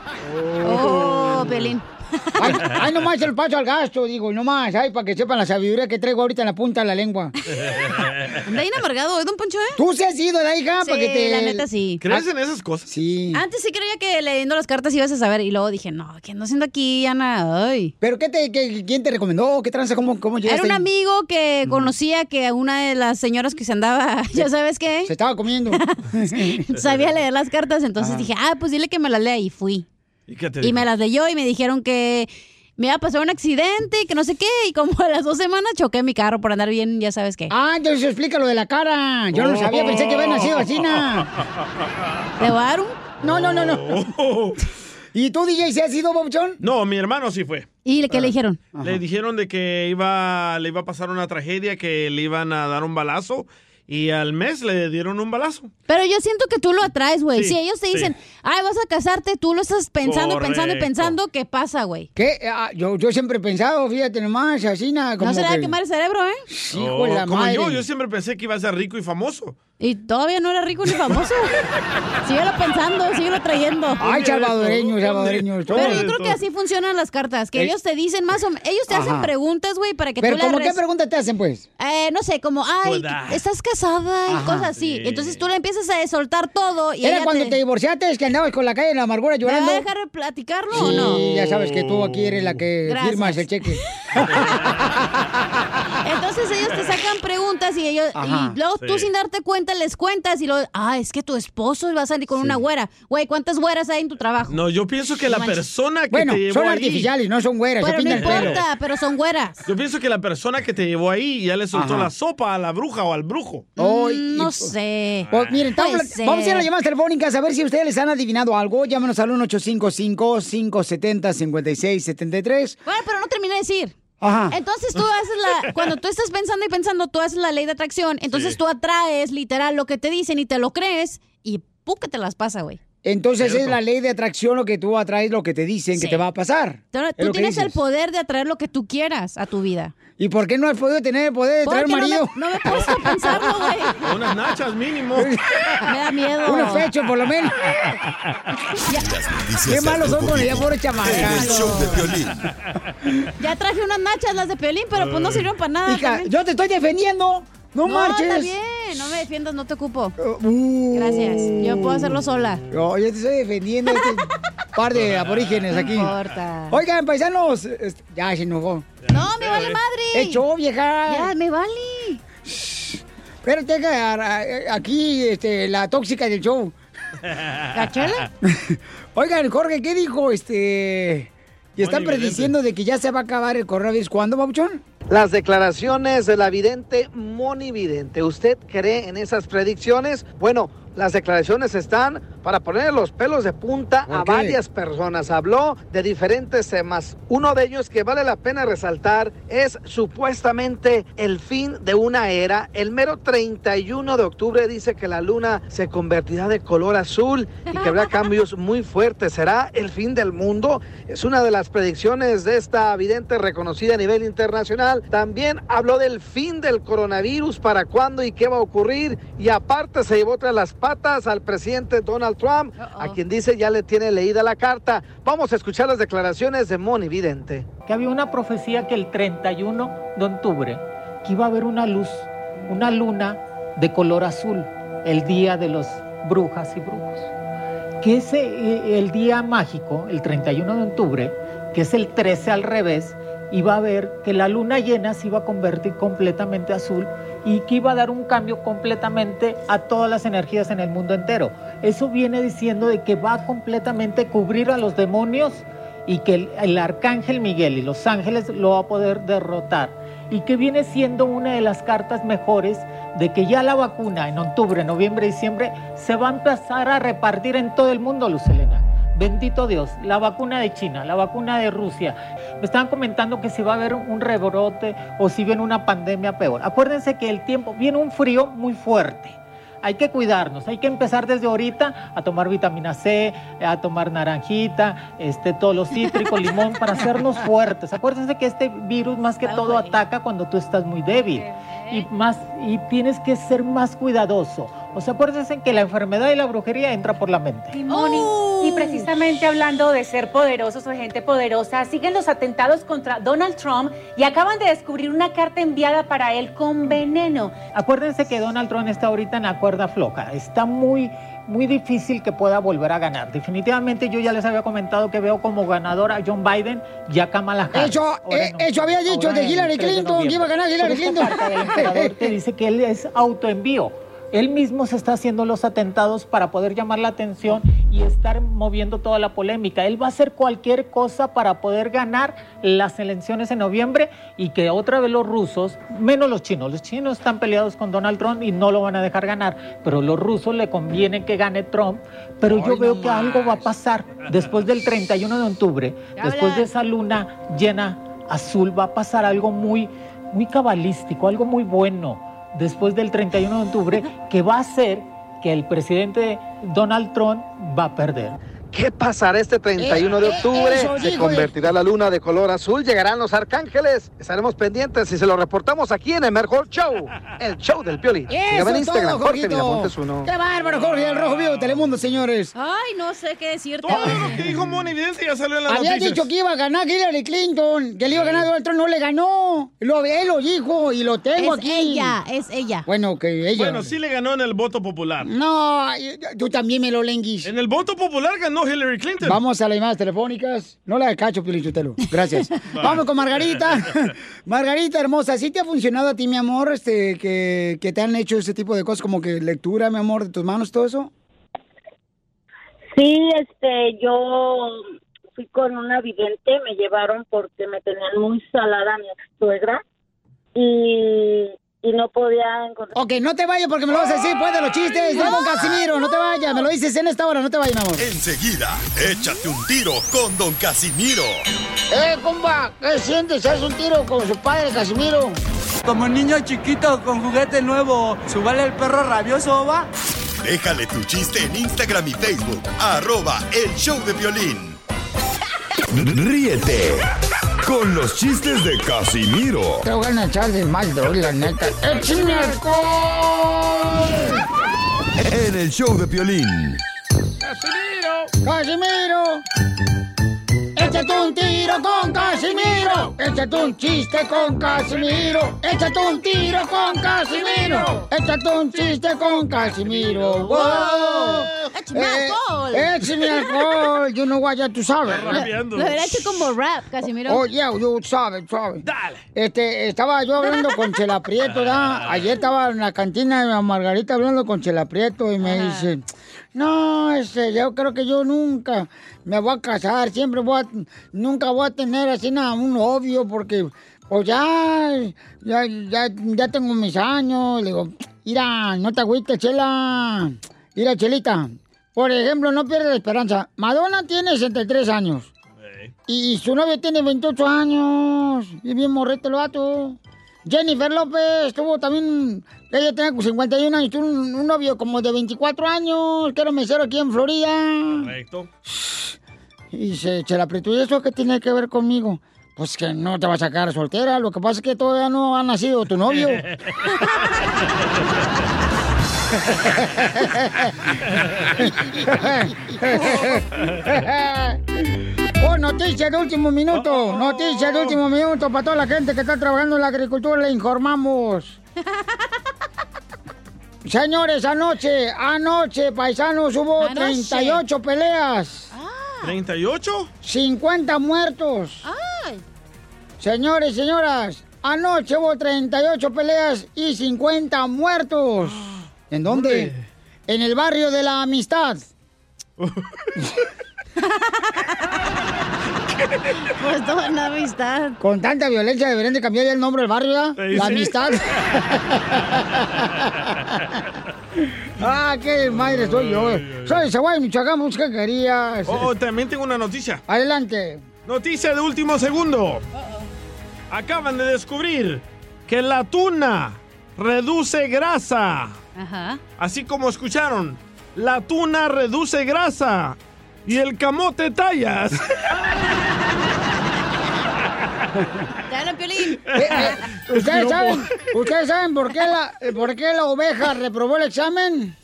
Oh, Pelín. Ay, ay, nomás el paso al gasto, digo, nomás, ay, para que sepan la sabiduría que traigo ahorita en la punta de la lengua.
Anda bien amargado hoy, don Poncho, ¿eh?
Tú sí has ido, ¿verdad, hija?
Sí,
Para que te-
la neta sí.
¿Crees en esas cosas?
Sí.
Antes sí creía que leyendo las cartas ibas a saber y luego dije, no, ¿qué ando haciendo aquí, Ana? Ay.
¿Pero qué te, qué- quién te recomendó? ¿Qué tranza? ¿Cómo, cómo llegaste?
Era un
ahí?
amigo que conocía que una de las señoras que se andaba, ya sabes qué,
Se estaba comiendo.
sabía leer las cartas, entonces
Ajá.
dije, ah, pues dile que me las lea y fui.
¿Y qué Ah, te
Y me las leyó y me dijeron que me iba a pasar un accidente y que no sé qué. Y como a las dos semanas choqué mi carro por andar bien, ya sabes qué.
Ah, entonces explica lo de la cara. Yo
Oh.
no sabía, pensé que había nacido así, na.
¿Le voy a dar un?
No, no, no, no. ¿Y tú, DJ, si has ido, Bobchón?
No, mi hermano sí fue. Ah.
¿Y qué le dijeron?
Le dijeron de que iba, le iba a pasar una tragedia, que le iban a dar un balazo y al mes le dieron un balazo.
Pero yo siento que tú lo atraes, güey.
Sí,
si ellos te
sí.
dicen, ay, vas a casarte, tú lo estás pensando, pensando y
Correcto.
pensando, ¿qué pasa, güey?
¿Qué? Ah, yo, yo siempre he pensado, fíjate nomás, así, na, como
No se le va a
que-
quemar el cerebro, ¿eh?
Hijo de la
Oh, como
madre.
yo, yo siempre pensé que iba a ser rico y famoso.
Y todavía no era rico ni famoso. síguelo pensando, síguelo trayendo.
Ay, salvadoreños, salvadoreños.
Pero yo creo
todos.
que así funcionan las cartas, que
Eh.
ellos te dicen más o menos, ellos te hacen
Ajá.
preguntas, güey, para que
Pero
tú le
¿cómo qué
res-
pregunta te hacen, pues?
Eh, no sé, como, ay,
Joda.
estás casada y
Ajá.
cosas así. Entonces tú le empiezas a soltar todo y
Era
ella
cuando te... divorciaste, es que andabas con la calle de la amargura
¿Me va
llorando.
a dejar platicarlo o
Sí,
no?
Ya sabes que tú aquí eres la que
Gracias.
firmas el cheque.
Entonces ellos te sacan preguntas y ellos
Ajá,
y luego tú
sí.
sin darte cuenta les cuentas y luego, ah, es que tu esposo va a salir con una güera. Güey, ¿cuántas güeras hay en tu trabajo?
No, yo pienso que
No
la
manches.
persona que
Bueno,
te llevó
son
ahí-
artificiales, no son güeras,
Pero no
pintan el pelo.
importa, pero son güeras.
Yo pienso que la persona que te llevó ahí ya le soltó
Ajá.
la sopa a la bruja o al brujo.
Mm, no sé.
Pues miren, estamos
Puede
plat- vamos a ir a
ser.
las llamadas telefónicas a ver si ustedes les han adivinado algo. Llámanos al 1-855-570-5673.
Bueno, pero no terminé de decir.
Ajá.
Entonces tú haces la, cuando tú estás pensando y pensando, tú haces la ley de atracción, entonces
Sí.
tú atraes literal lo que te dicen y te lo crees y ¡pum! que te las pasa, güey.
Entonces
Cierto.
es la ley de atracción lo que tú atraes, lo que te dicen que
Sí.
te va a pasar.
Tú,
Es
tú
lo que
tienes el
dices.
poder de atraer lo que tú quieras a tu vida.
¿Y por qué no has podido tener el poder de Eh, traer
Porque no
marido?
me- no me he puesto a pensarlo, güey.
Unas nachas mínimo.
Me da miedo.
Unos pechos, por lo menos. Qué malos son con ella, pobre
En el show de
chamaca.
violín.
Ya traje unas nachas, las de Pelín, pero pues no sirvieron para nada.
Hija,
también.
yo te estoy defendiendo. No,
está
marches.
bien, no me defiendas, no te ocupo.
Uh,
Gracias, yo puedo hacerlo sola.
No, yo te estoy defendiendo a este par de aborígenes aquí.
No importa.
Oigan, paisanos. este- Ya se enojó.
No, me vale madre.
Hecho, vieja.
Ya, me vale.
Pero tenga aquí este, la tóxica del show.
¿Cachela?
Oigan, Jorge, ¿qué dijo este? Y están
Moni
prediciendo de que ya se va a acabar el coronavirus. ¿Cuándo, Babuchón?
Las declaraciones de la vidente Moni Vidente. ¿Usted cree en esas predicciones? Bueno, las declaraciones están para poner los pelos de punta a
qué?
varias personas. Habló de diferentes temas. Uno de ellos que vale la pena resaltar es supuestamente el fin de una era. El mero 31 de octubre dice que la luna se convertirá de color azul y que habrá cambios muy fuertes. ¿Será el fin del mundo? Es una de las predicciones de esta vidente reconocida a nivel internacional. También habló del fin del coronavirus, para cuándo y qué va a ocurrir. Y aparte se llevó tras las patas al presidente Donald Trump, a quien dice ya le tiene leída la carta. Vamos a escuchar las declaraciones de Moni Vidente.
que había una profecía que el 31 de octubre que iba a haber una luz, una luna de color azul, el día de los brujas y brujos. Que ese eh, el día mágico, el 31 de octubre, que es el 13 al revés, iba a ver que la luna llena se iba a convertir completamente azul y que iba a dar un cambio completamente a todas las energías en el mundo entero. Eso viene diciendo de que va a completamente cubrir a los demonios y que el, el arcángel Miguel y los ángeles lo va a poder derrotar y que viene siendo una de las cartas mejores de que ya la vacuna en octubre, noviembre, diciembre se va a empezar a repartir en todo el mundo, Lucelena. Bendito Dios, la vacuna de China, la vacuna de Rusia. Me estaban comentando que si va a haber un rebrote o si viene una pandemia peor. Acuérdense que el tiempo viene un frío muy fuerte. Hay que cuidarnos, hay que empezar desde ahorita a tomar vitamina C, a tomar naranjita, este, todos los cítricos, limón, para hacernos fuertes. Acuérdense que este virus más que todo ataca cuando tú estás muy débil y, más, y tienes que ser más cuidadoso. O sea, acuérdense que la enfermedad y la brujería entra por la mente.
Y Moni, y precisamente hablando de ser poderosos o de gente poderosa, siguen los atentados contra Donald Trump y acaban de descubrir una carta enviada para él con veneno.
Acuérdense que Donald Trump está ahorita en la cuerda floja. Está muy, muy difícil que pueda volver a ganar. Definitivamente yo ya les había comentado que veo como ganador a John Biden y a Kamala Harris.
Eso,
Ahora
eh,
no.
eso había dicho
Ahora
de
el
Hillary
3 de
Clinton, que iba a ganar Hillary
noviembre. Pero esta carta del emperador
Clinton.
te dice que él es autoenvío. Él mismo se está haciendo los atentados para poder llamar la atención y estar moviendo toda la polémica. Él va a hacer cualquier cosa para poder ganar las elecciones en noviembre y que otra vez los rusos, menos los chinos, los chinos están peleados con Donald Trump y no lo van a dejar ganar, pero los rusos le conviene que gane Trump, pero yo veo que algo va a pasar después del 31 de octubre, después de esa luna llena azul, va a pasar algo muy, muy cabalístico, algo muy bueno después del 31 de octubre que va a hacer que el presidente Donald Trump va a perder.
¿Qué pasará este 31 de
Eh, eh,
octubre?
eso
Se
digo, eh.
convertirá la luna de color azul, llegarán los arcángeles. Estaremos pendientes y se lo reportamos aquí en el mejor show, el show del Pioli. Sígame en
Eso
Instagram,
todo,
Jorge
Jorgito.
Miramontes uno.
¡Qué bárbaro, Jorge! El Rojo Vivo de Telemundo, señores.
Ay, no sé qué decirte.
¿Qué dijo Moni Vidente? Ya salió en las
Había
noticias.
dicho que iba a ganar Hillary Clinton, que le iba a ganar Donald Trump, no le ganó. Lo, él lo dijo y lo tengo
Es
aquí.
ella, es
Ah.
ella.
Bueno, que ella.
Bueno, sí le ganó en el voto popular.
No, tú también me lo lenguis.
En el voto popular ganó Hillary Clinton.
Vamos a las llamadas telefónicas. No la cacho, Pilichotelo. Gracias. Vamos con Margarita. Margarita, hermosa, ¿sí te ha funcionado a ti, mi amor, este, que, que te han hecho ese tipo de cosas, como que lectura, mi amor, de tus manos, todo eso?
Sí, este, yo fui con una vidente, me llevaron porque me tenían muy salada mi suegra y, y no podía encontrar.
Ok, no te vayas porque me lo vas a decir después de los chistes. No, don Casimiro, no te vayas. Me lo dices en esta hora, no te vayas, mi amor.
Enseguida, échate un tiro con Don Casimiro.
¡Eh, compa! ¿Qué sientes? ¿Haz un tiro con su padre, Casimiro?
Como niño chiquito con juguete nuevo, ¿subale el perro rabioso va?
Déjale tu chiste en Instagram y Facebook, arroba el show de violín.
Ríete con los chistes de Casimiro
Te voy a echar de mal, droga, la neta. ¡Échame alcohol!
en el show de violín.
¡Casimiro! ¡Casimiro! Échate un tiro con Casimiro. Échate un chiste con Casimiro. Échate un tiro con Casimiro. Échate un chiste con Casimiro. ¡Wow!
Échame
Eh,
alcohol.
¡Échame alcohol! Yo no voy ya tú sabes.
Está rapeando. Lo hubiera hecho como rap, Casimiro.
Oye, yo sabes, sabes. Dale. Este, estaba yo hablando con Chela Prieto, ¿verdad? Ayer estaba en la cantina de Margarita hablando con Chela Prieto y me dice, no, este, yo creo que yo nunca me voy a casar, siempre voy a, nunca voy a tener así nada, un novio, porque pues ya, ya, ya, ya tengo mis años. Le digo, mira, no te agüites, Chela. Mira, Chelita, por ejemplo, no pierdas la esperanza. Madonna tiene 63 años. Y su novio tiene 28 años. Y bien morrete el vato. Jennifer López tuvo también. Ella tenía 51 años. Tuvo un, un novio como de 24 años. Que era mesero aquí en Florida.
Correcto.
Y se, se la apretó. ¿Y eso qué tiene que ver conmigo? Pues que no te vas a quedar soltera. Lo que pasa es que todavía no ha nacido tu novio. Oh, noticia de último minuto. Noticia de último minuto para toda la gente que está trabajando en la agricultura. Le informamos. Señores, anoche, anoche, paisanos, hubo
Anoche.
38 peleas.
¿38?
50 muertos. Señores, señoras, anoche hubo 38 peleas y 50 muertos. ¿En Ah, dónde? En el barrio de la amistad. Pues toda una amistad. Con tanta violencia deberían de cambiar ya el nombre del barrio, ¿verdad?
Sí,
La
sí.
amistad. ah, qué madre soy yo. Soy Zaguay, Michoacán, busca que querías.
Oh, también tengo una noticia.
Adelante.
Noticia de último segundo. Acaban de descubrir que la tuna reduce grasa.
Ajá.
Así como escucharon, la tuna reduce grasa y el camote tallas.
Dale, Piolín.
Eh, eh, ¿Ustedes saben, ¿Ustedes saben por qué la, eh, por qué la oveja reprobó el examen?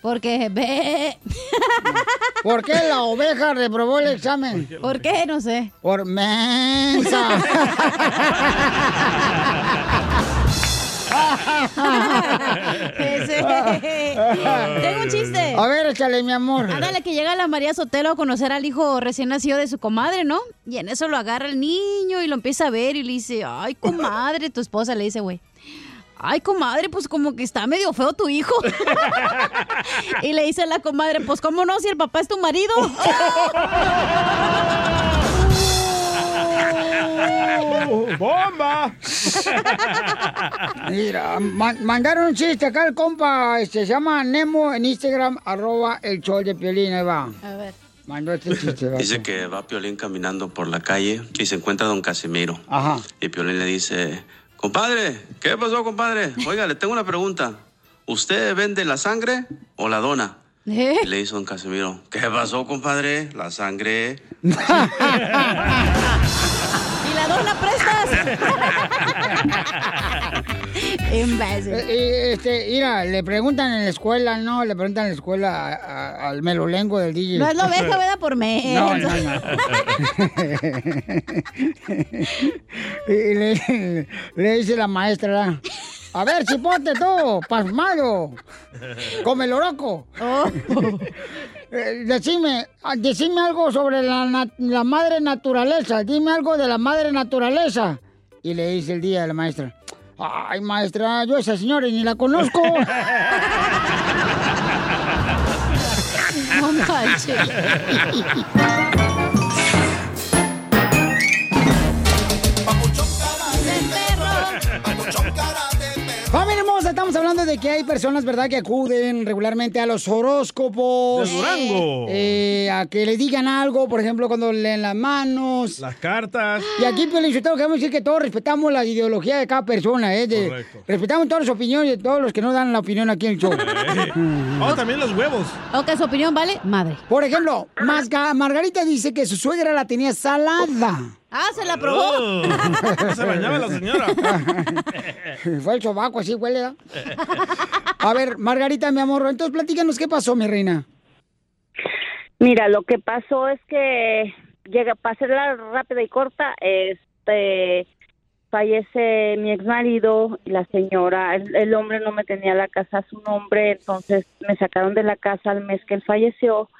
Porque ve. ¿Por qué la oveja reprobó el examen? ¿Por
eh,
qué? No sé. Por mensa.
Tengo un chiste.
A ver, échale, mi amor.
Ándale, que llega la María Sotelo a conocer al hijo recién nacido de su comadre, ¿no? Y en eso lo agarra el niño y lo empieza a ver y le dice, ay, comadre, tu esposa le dice, güey. Ay, comadre, pues como que está medio feo tu hijo. y le dice a la comadre, pues cómo no, si el papá es tu marido.
¡Bomba!
Mira, ma- mandaron un chiste acá el compa, este, se llama Nemo en Instagram, arroba el show de Piolín, ahí va. A ver. Mandó este chiste, va.
Dice que va Piolín caminando por la calle y se encuentra a don Casimiro.
Ajá.
Y Piolín le dice, compadre, ¿qué pasó, compadre? Oiga, le tengo una pregunta. ¿Usted vende la sangre o la dona?
¿Eh?
Y le hizo don Casimiro, ¿qué pasó, compadre? La sangre.
Y la dos la prestas.
Eh, eh, este, mira, le preguntan en la escuela, no, le preguntan en la escuela a- a- al melolengo del DJ.
No es la oveja, ¿verdad? Por mes.
No, no, no. Y le, le dice la maestra, ¿verdad? a ver, chipote tú, pasmado, come el oroco. Eh, Decime, ah, decime algo sobre la, na- la madre naturaleza, dime algo de la madre naturaleza. Y le dice el día a la maestra, ay maestra, yo a esa señora ni la conozco.
No manches.
Familia hermosa, estamos hablando de que hay personas, ¿verdad?, que acuden regularmente a los horóscopos.
De Durango.
Eh, a que les digan algo, por ejemplo, cuando leen las manos.
Las cartas.
Y aquí, Piolín, Sotelo, queremos decir que todos respetamos la ideología de cada persona, ¿eh? de-
Correcto.
respetamos todas las opiniones de todos los que no dan la opinión aquí en el show.
Oh, también los huevos.
O que su opinión vale madre. Por ejemplo, Masga- Margarita dice que su suegra la tenía salada.
Ah, se la probó.
Se bañaba la señora.
Fue el sobaco, así huele. ¿no? A ver, Margarita, mi amor, entonces platícanos qué pasó, mi reina.
Mira, lo que pasó es que llega para hacerla rápida y corta, este fallece mi ex marido y la señora, el, el hombre no me tenía la casa a su nombre, entonces me sacaron de la casa al mes que él falleció.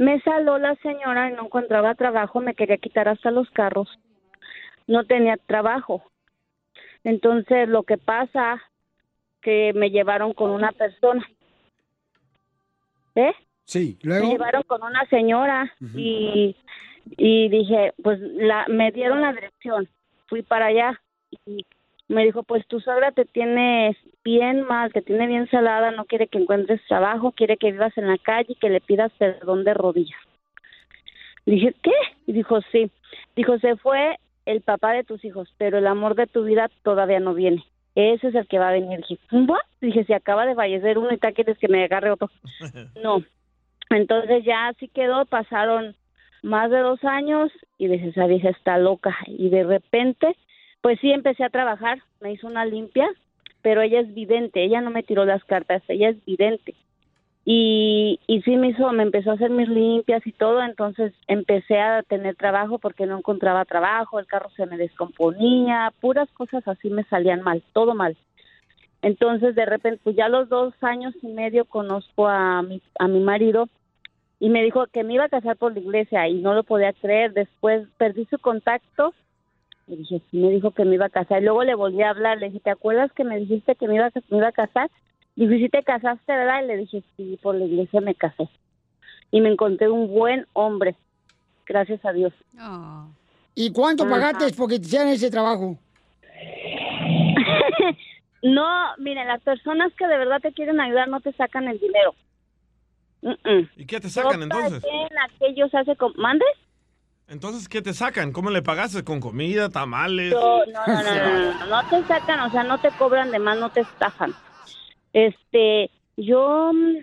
Me saló la señora y no encontraba trabajo, me quería quitar hasta los carros. No tenía trabajo. Entonces, lo que pasa que me llevaron con una persona. ¿Eh?
Sí,
Me llevaron con una señora y, y dije, pues la, me dieron la dirección, fui para allá y me dijo, pues tu suegra te tiene bien mal, te tiene bien salada, no quiere que encuentres trabajo, quiere que vivas en la calle y que le pidas perdón de rodillas. Dije, ¿qué? Y dijo, sí. Dijo, se fue el papá de tus hijos, pero el amor de tu vida todavía no viene. Ese es el que va a venir. Dije, ¿what? Dije, si acaba de fallecer uno y tal, quieres que me agarre otro. No. Entonces ya así quedó, pasaron más de dos años y dije, esa vieja está loca. Y de repente, pues sí, empecé a trabajar, me hizo una limpia, pero ella es vidente, ella no me tiró las cartas, ella es vidente. Y, y sí me hizo, me empezó a hacer mis limpias y todo, entonces empecé a tener trabajo porque no encontraba trabajo, el carro se me descomponía, puras cosas así me salían mal, todo mal. Entonces, de repente, pues ya a los dos años y medio conozco a mi, a mi marido y me dijo que me iba a casar por la iglesia y no lo podía creer. Después perdí su contacto y dije, sí, me dijo que me iba a casar. Y luego le volví a hablar, le dije, ¿te acuerdas que me dijiste que me iba a, me iba a casar? Dijo, ¿y si te casaste, verdad? Y le dije, sí, por la iglesia me casé. Y me encontré un buen hombre, gracias a Dios.
¿Y cuánto
Ajá.
pagaste porque te hicieron ese trabajo?
No, miren, las personas que de verdad te quieren ayudar no te sacan el dinero.
¿Y qué te sacan
Yo
entonces?
pagué en aquellos hace como... ¿Mandes?
Entonces, ¿qué te sacan? ¿Cómo le pagaste? ¿Con comida, tamales?
No, no, no, no, no, no, no te sacan, o sea, no te cobran de más, no te estafan. Este, yo, mm,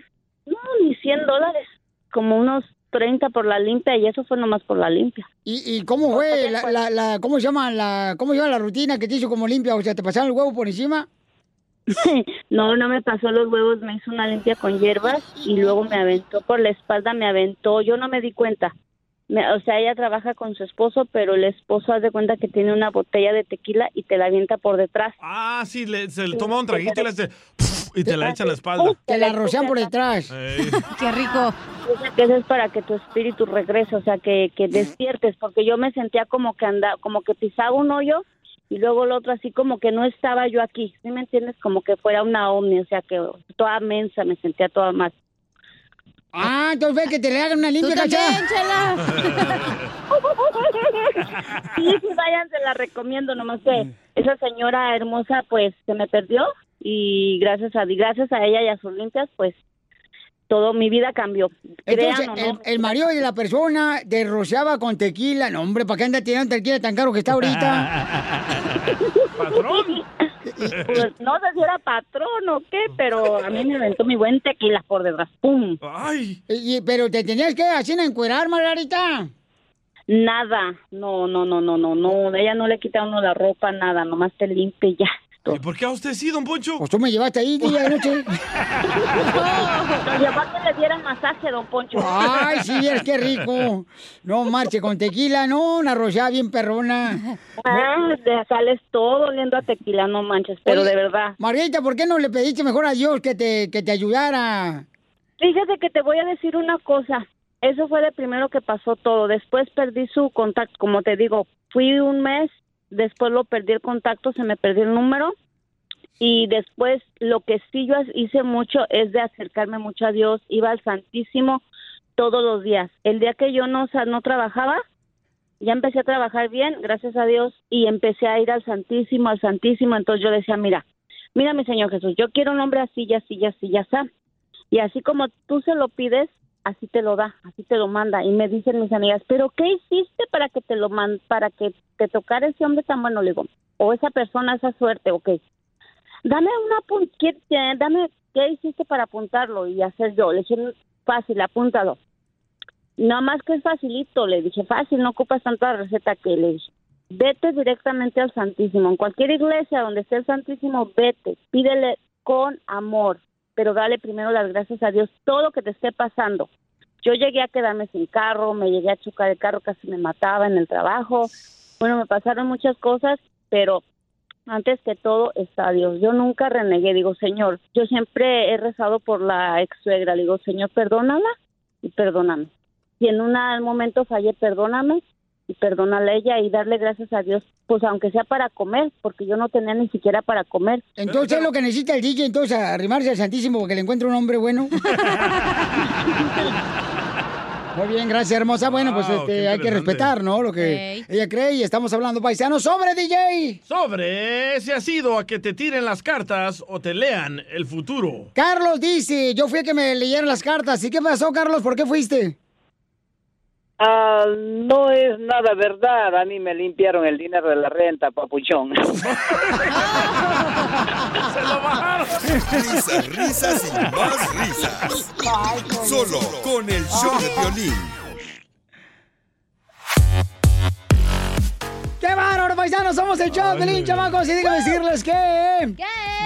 no, ni 100 dólares, como unos 30 por la limpia, y eso fue nomás por la limpia. pues.
¿Y, y cómo fue? La, la- la- ¿Cómo se llama la cómo se llama la rutina que te hizo como limpia? O sea, ¿te pasaron el huevo por encima?
No, no me pasó los huevos, me hizo una limpia con hierbas y luego me aventó por la espalda, me aventó, yo no me di cuenta. Me- o sea, ella trabaja con su esposo, pero el esposo hace cuenta que tiene una botella de tequila y te la avienta por detrás.
Ah, sí, le- se le toma un traguito y le hace... Y te la echan en la espalda. Eh,
Te la rocian por detrás.
Ey.
Qué rico. que eso es para que tu espíritu regrese, o sea, que, que despiertes, porque yo me sentía como que andaba, como que pisaba un hoyo y luego el otro así como que no estaba yo aquí, ¿sí me entiendes? Como que fuera una ovni, o sea, que toda mensa, me sentía toda más.
Ah, entonces ve que te le hagan una limpia,
también,
cachá.
Sí, sí, vayan, se la recomiendo, nomás que esa señora hermosa pues se me perdió y gracias a, gracias a ella y a sus limpias pues todo mi vida cambió.
Entonces,
Crean o no,
el, el marido de la persona te rociaba con tequila. No, hombre, ¿para qué anda tirando tequila tan caro que está ahorita?
Patrón.
Pues, no sé si era patrón o qué, pero a mí me aventó mi buen tequila por detrás. ¡Pum!
¡Ay!
pero te tenías que así encuerar, Margarita.
Nada. No, no, no, no, no, no. Ella no le quita a uno la ropa, nada. Nomás te limpia y ya.
¿Y por qué a usted sí, don Poncho?
Pues tú me llevaste ahí día de noche.
Lo llevó a que le dieran masaje, don Poncho.
Ay, sí, es que rico. No marche con tequila, no, una arrollada bien perrona.
Ah, te sales todo oliendo a tequila, no manches, pero de verdad.
Margarita, ¿por qué no le pediste mejor a Dios que te, que te ayudara?
Fíjate que te voy a decir una cosa. Eso fue lo primero que pasó todo. Después perdí su contacto. Como te digo, fui un mes, después lo perdí el contacto, se me perdió el número. Y después lo que sí yo hice mucho es de acercarme mucho a Dios. Iba al Santísimo todos los días. El día que yo no, o sea, no trabajaba, ya empecé a trabajar bien, gracias a Dios, y empecé a ir al Santísimo, al Santísimo. Entonces yo decía, mira, mira mi Señor Jesús, yo quiero un hombre así, ya así, ya así, ya está. Y así como tú se lo pides, así te lo da, así te lo manda. Y me dicen mis amigas, pero ¿qué hiciste para que te lo man para que te tocara ese hombre tan bueno? Le digo, o esa persona, esa suerte, ok. Dame una apun- ¿qué- qué- dame qué hiciste para apuntarlo y hacer yo. Le dije, fácil, apúntalo. Nada más que es facilito, le dije, fácil, no ocupas tanta receta que le dije. Vete directamente al Santísimo. En cualquier iglesia donde esté el Santísimo, vete, pídele con amor, pero dale primero las gracias a Dios todo lo que te esté pasando. Yo llegué a quedarme sin carro, me llegué a chocar el carro, casi me mataba en el trabajo. Bueno, me pasaron muchas cosas, pero antes que todo está Dios. Yo nunca renegué, digo, Señor, yo siempre he rezado por la ex suegra, le digo, Señor, perdónala y perdóname. Si en un momento fallé, perdóname y perdónala a ella y darle gracias a Dios, pues aunque sea para comer, porque yo no tenía ni siquiera para comer.
Entonces lo que necesita el DJ, entonces arrimarse al Santísimo porque le encuentre un hombre bueno. Muy bien, gracias hermosa. Bueno, pues
Wow,
este,
qué
hay que
interesante.
respetar, ¿no? Lo que ella cree y estamos hablando paisanos sobre DJ.
Sobre si ha sido a que te tiren las cartas o te lean el futuro.
Carlos dice, yo fui a que me leyeran las cartas. ¿Y qué pasó, Carlos? ¿Por qué fuiste?
Ah, no es nada verdad. A mí me limpiaron el dinero de la renta, papuchón.
Risas, risas y más risas. Solo con el show de violín.
¡Qué bárbaro, paisanos! Somos el show, Pelín, chamacos. Y déjame decirles que...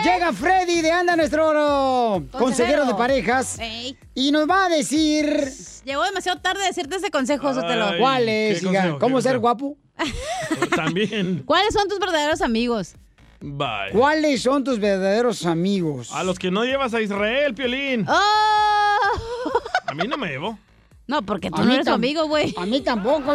Llega Freddy de Anda, nuestro consejero de parejas.
Ey.
Y nos va a decir...
Llegó demasiado tarde a decirte ese consejo, Sotelo.
¿Cuál es, hija? ¿Cómo ser guapo?
También.
¿Cuáles son tus verdaderos amigos?
Bye.
¿Cuáles son tus verdaderos amigos?
A los que no llevas a Israel, Piolín.
Oh.
A mí no me llevo.
No, porque tú
A
no
mí
eres tu
tam-
amigo, güey.
A mí tampoco,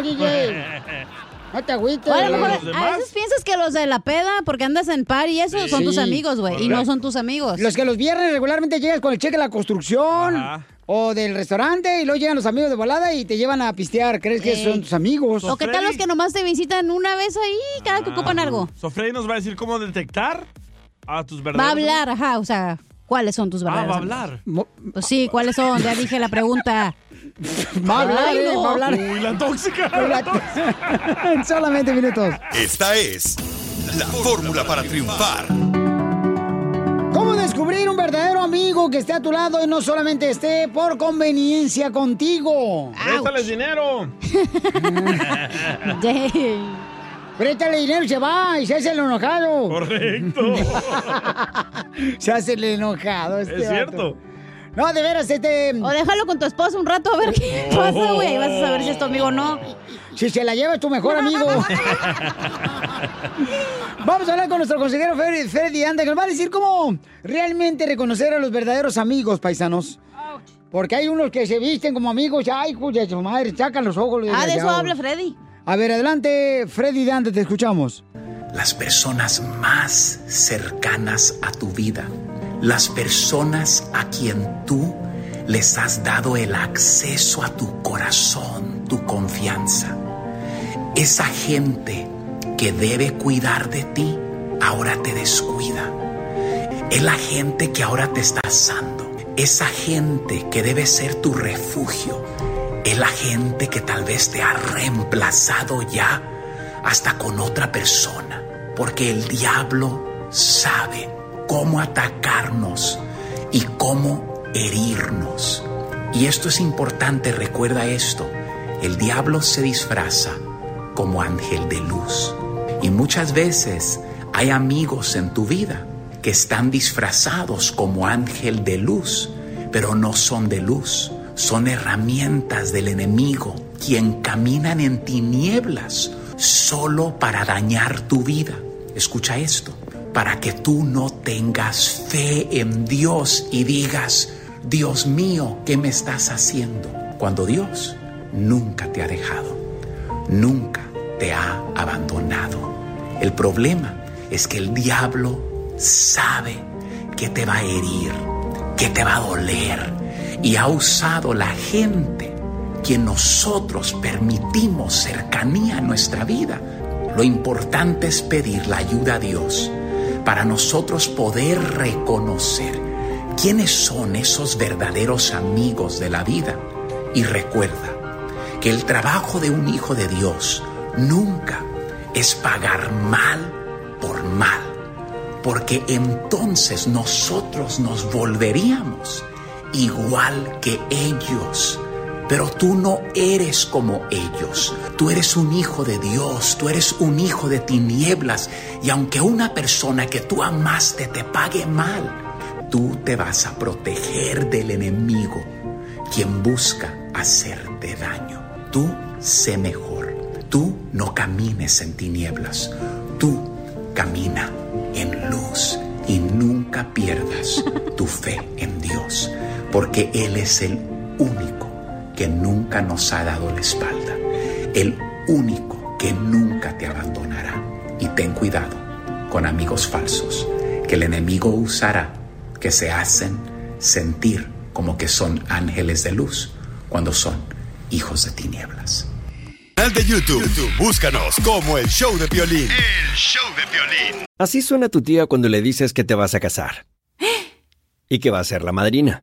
No te agüites.
O a lo mejor
¿Los demás?
a veces piensas que los de la peda, porque andas en par y eso, son tus
Sí.
amigos, güey. Y no son tus amigos.
Los que los viernes regularmente llegas con el cheque de la construcción o del restaurante y luego llegan los amigos de volada y te llevan a pistear. ¿Crees que
Ey.
son tus amigos?
¿O qué tal los que nomás te visitan una vez ahí cada que ocupan algo?
Ah, pues, Sofrey nos va a decir cómo detectar a tus
Va a
verdaderos.
hablar, ajá, o sea, ¿cuáles son tus
Ah,
verdaderos
va a hablar.
amigos? Pues sí, ¿cuáles son? Ya dije la pregunta.
Va a hablar,
Ay,
eh,
no.
va a hablar.
Uy, la tóxica.
La tóxica. En solamente minutos.
Esta es la fórmula para triunfar.
¿Cómo descubrir un verdadero amigo que esté a tu lado y no solamente esté por conveniencia contigo?
Préstales dinero.
Ah,
Préstale dinero y se va y se hace el enojado.
Correcto.
se hace el enojado. Este
Es cierto.
vato. No, de veras, este.
O déjalo con tu esposo un rato a ver
Oh.
qué pasa, güey. Ahí Vas a saber si es tu amigo o no.
Si se la lleva es tu mejor amigo. Vamos a hablar con nuestro consejero Freddy, Freddy Anda, que nos va a decir cómo realmente reconocer a los verdaderos amigos paisanos. Porque hay unos que se visten como amigos, ay, de su madre, sacan los ojos. los
Ah, de eso
desgraciados.
habla Freddy.
A ver, adelante, Freddy de Anda, te escuchamos.
las personas más cercanas a tu vida, las personas a quien tú les has dado el acceso a tu corazón, tu confianza. Esa gente que debe cuidar de ti, ahora te descuida. Es la gente que ahora te está asando. Esa gente que debe ser tu refugio. Es la gente que tal vez te ha reemplazado ya hasta con otra persona, porque el diablo sabe cómo atacarnos y cómo herirnos. Y esto es importante, recuerda esto, el diablo se disfraza como ángel de luz. Y muchas veces hay amigos en tu vida que están disfrazados como ángel de luz, pero no son de luz, son herramientas del enemigo, quien caminan en tinieblas solo para dañar tu vida. Escucha esto, para que tú no tengas fe en Dios y digas, Dios mío, ¿qué me estás haciendo? Cuando Dios nunca te ha dejado, nunca te ha abandonado. El problema es que el diablo sabe que te va a herir, que te va a doler y ha usado la gente que nosotros permitimos cercanía a nuestra vida. Lo importante es pedir la ayuda a Dios para nosotros poder reconocer quiénes son esos verdaderos amigos de la vida. Y recuerda que el trabajo de un hijo de Dios nunca es pagar mal por mal, porque entonces nosotros nos volveríamos igual que ellos. Pero tú no eres como ellos. Tú eres un hijo de Dios, tú eres un hijo de tinieblas. Y aunque una persona que tú amaste te pague mal, tú te vas a proteger del enemigo, quien busca hacerte daño. Tú sé mejor. Tú no camines en tinieblas. Tú camina en luz y nunca pierdas tu fe en Dios, porque Él es el único que nunca nos ha dado la espalda, el único que nunca te abandonará. Y ten cuidado con amigos falsos que el enemigo usará, que se hacen sentir como que son ángeles de luz cuando son hijos de tinieblas.
Canal de YouTube. YouTube, Búscanos como el show de violín. El show de violín.
Así suena tu tía cuando le dices que te vas a casar. Y que va a ser la madrina.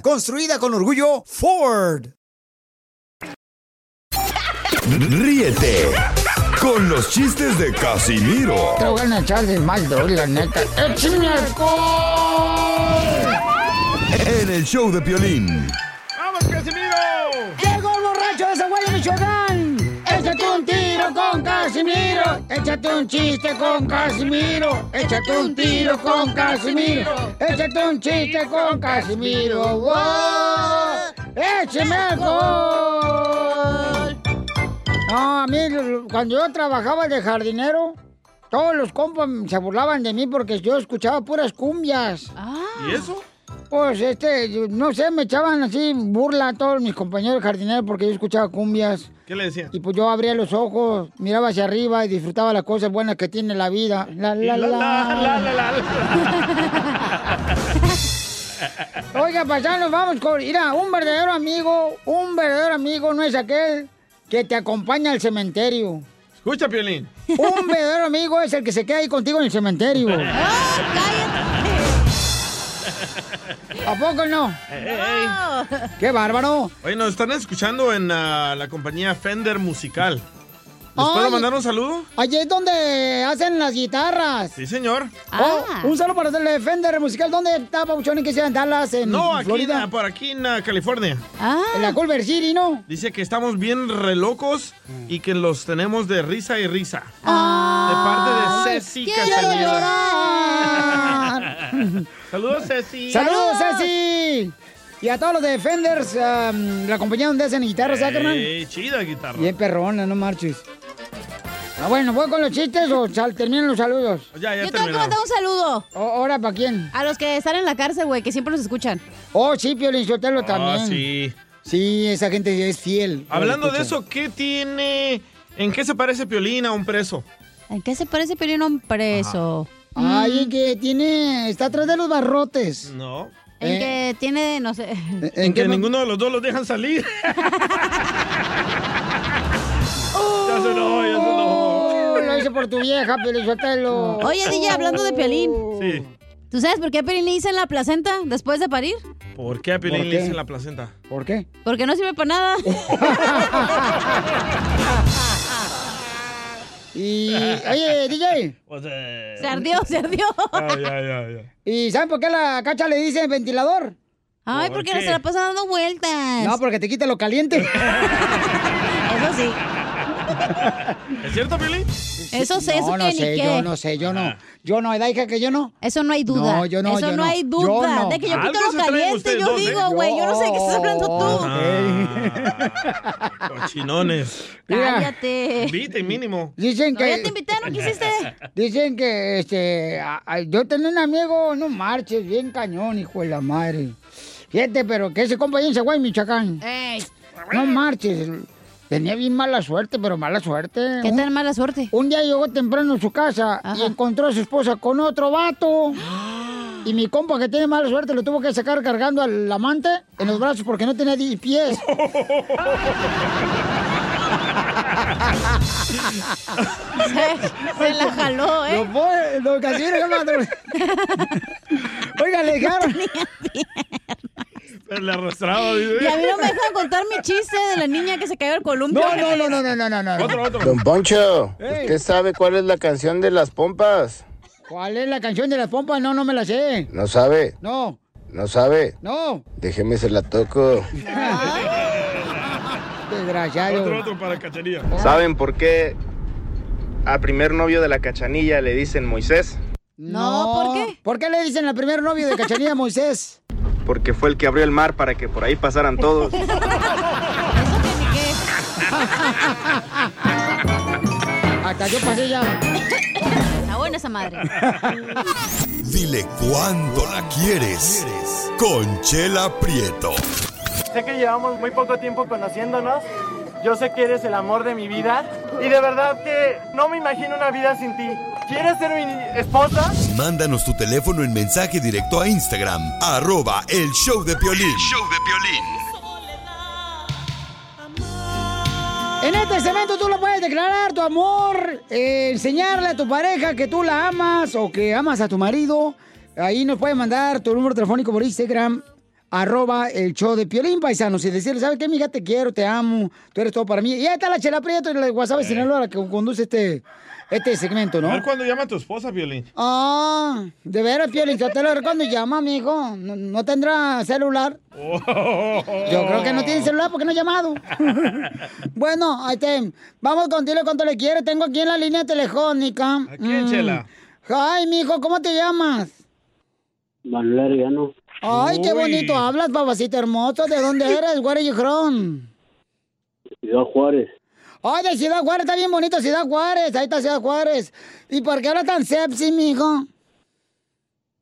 construida con orgullo Ford.
Ríete con los chistes de Casimiro
Te voy a echar de mal, doy, la neta. ¡Échame alcohol!
en el show de violín.
¡Vamos, Casimiro! ¡Llegó el borracho de Zaguayo, Michoacán! ¡Échate un tiro con Casimiro! ¡Échate un chiste con Casimiro! ¡Échate un tiro con Casimiro! ¡Échate un chiste con Casimiro! ¡Wow! ¡Échame alcohol! No, a mí, cuando yo trabajaba de jardinero, todos los compas se burlaban de mí porque yo escuchaba puras cumbias.
¿Y eso?
Pues este, yo- no sé, me echaban así burla a todos mis compañeros jardineros porque yo escuchaba cumbias.
¿Qué le decía?
Y pues yo abría los ojos, miraba hacia arriba y disfrutaba las cosas buenas que tiene la vida. La, la, la, Oiga, paisanos, vamos con... Mira, un verdadero amigo, un verdadero amigo no es aquel que te acompaña al cementerio.
Escucha, Piolín.
Un verdadero amigo es el que se queda ahí contigo en el cementerio. ¿A poco no? ¡Qué bárbaro!
Oye, nos están escuchando en ah, la compañía Fender Musical. ¿Les
Ay.
puedo mandar un saludo?
Allí es donde hacen las guitarras.
Sí, señor.
Oh, un saludo para el Defender Musical. ¿Dónde está Pabuchón y que sea en Dallas, en
No, aquí,
Florida?
en- ah, por aquí en ah, California.
En la Culver City, ¿no?
Dice que estamos bien relocos y que los tenemos de risa y risa. de parte de Ceci
Ah. quiero
Castañeda.
llorar.
Saludos, Ceci.
¡Saludos, Ceci! Y a todos los Defenders, am, la compañía donde hacen guitarras, ¿sabes, carnal?
Ey, chida guitarra.
Bien perrona, no marches. Ah, bueno, ¿voy con los chistes o sal- terminan los saludos?
Ya,
Yo tengo que mandar un saludo.
¿Ahora para quién?
A los que están en la cárcel, güey, que siempre nos escuchan.
Oh, sí, Piolín Sotelo también.
Ah, sí.
Sí, esa gente es fiel.
Hablando de
Escucha.
eso, ¿qué tiene? ¿En qué se parece Piolín a un preso?
¿En qué se parece Piolín a un preso? Mm.
Ay, que tiene... Está atrás de los barrotes. Eh.
No.
En que tiene, no sé...
En, que ninguno de los dos los dejan salir. ya se enojó, ya se enojó.
Oh, lo hice por tu vieja, Piolín Sotelo.
Oh.
Oye, DJ, hablando de Piolín.
Sí.
¿Tú sabes por qué a Piolín le dicen la placenta después de parir?
¿Por qué a Piolín
¿Por
le
qué?
dicen la placenta?
¿Por qué?
Porque no sirve para nada.
Y, oye, DJ,
Se ardió, se ardió.
Ah,
Ay, ay, ay, ay.
¿y saben por qué a la cacha le dicen ventilador?
Ay,
¿Por
porque
qué?
se la pasa dando vueltas.
No, porque te quita lo caliente.
Eso sí.
¿Es cierto, Piolín?
Eso sé, eso
no, no
que ni
sé,
qué.
yo no sé, yo no. Yo no, ¿verdad, hija, que yo no?
Eso no hay duda.
No, yo no, yo
Eso no
no.
hay
Yo
duda.
no.
De que yo
Algo
quito lo
se traen
caliente,
ustedes
yo
dos, ¿eh?
digo, güey. Yo no sé de qué estás hablando tú.
Chinones.
Mira.
Cállate.
Vite mínimo.
Dicen que.
ya te invitaron, ¿qué hiciste?
Dicen que, este, a- a- yo tenía un amigo, no marches, bien cañón, hijo de la madre. Fíjate, pero que ese compa ahí en Zaguay, Michoacán. No marches. Tenía bien mala suerte, pero mala suerte.
¿Qué
tan
mala suerte?
Un día llegó temprano a su casa y encontró a su esposa con otro vato. Y mi compa que tiene mala suerte lo tuvo que sacar cargando al amante en los brazos porque no tenía ni pies.
Se, se la jaló, ¿eh?
Lo, pone- lo que así era, madre. Oiga, le dejaron.
Se le arrastraba.
Y a mí no me dejan contar mi chiste de la niña que se cayó al columpio.
No, no, no, no, no, no. no.
Don Poncho,
Ey.
¿usted sabe cuál es la canción de las pompas?
¿Cuál es la canción de las pompas? No, no me la sé.
No sabe,
No,
no sabe.
no.
Déjeme se la toco.
Desgraciado.
Otro, otro para cachería.
¿Saben por qué al primer novio de la cachanilla le dicen Moisés?
No, ¿por qué? ¿Por qué le dicen al primer novio de Cachanilla Moisés?
Porque fue el que abrió el mar para que por ahí pasaran todos.
Hasta yo pasé ya.
Está buena esa madre.
Dile cuánto la quieres. Conchela Prieto.
Sé que llevamos muy poco tiempo conociéndonos. Yo sé que eres el amor de mi vida. Y de verdad que no me imagino una vida sin ti. ¿Quieres ser mi esposa?
Mándanos tu teléfono en mensaje directo a Instagram, arroba el show de Piolín. show de
En este segmento tú le puedes declarar tu amor, eh, enseñarle a tu pareja que tú la amas o que amas a tu marido. Ahí nos puedes mandar tu número telefónico por Instagram, arroba el show de Piolín Paisanos. Y decirle, ¿sabes qué, mija? Te quiero, te amo, tú eres todo para mí. Y ahí está la Chela Prieto y la de WhatsApp de Sinaloa, la que conduce este, este segmento,
A
¿no?
ver cuándo llama a tu esposa, Piolín.
Ah, de veras, Piolín, yo te lo cuando llama, mijo. ¿No, no tendrá celular?
Oh.
Yo creo que no tiene celular porque no ha llamado. bueno, ahí te- vamos con dile cuánto le quiere. Tengo aquí en la línea telefónica. ¿A
quién, Chela?
Ay, mijo, ¿cómo te llamas?
Manuel Arellano.
Ay, qué
Uy.
bonito hablas, papacito hermoso. ¿De dónde eres? Where are you from?
Ciudad Juárez.
Ay, de Ciudad Juárez, está bien bonito Ciudad Juárez. Ahí está Ciudad Juárez. ¿Y por qué hablas tan sepsi, mijo?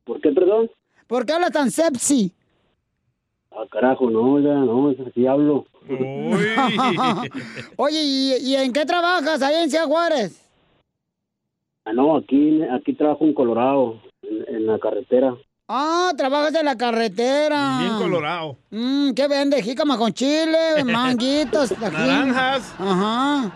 ¿Por qué, perdón?
¿Por qué hablas tan sepsi?
Ah, carajo, no, ya, no, es así hablo.
Oye, ¿y, y en qué trabajas ahí en Ciudad Juárez?
Ah, no, aquí, aquí trabajo en Colorado, en, en la carretera.
Ah, trabajas en la carretera.
Bien colorado.
Mmm, ¿qué vende? Jícama con chile, manguitos, tajín.
Naranjas.
Ajá.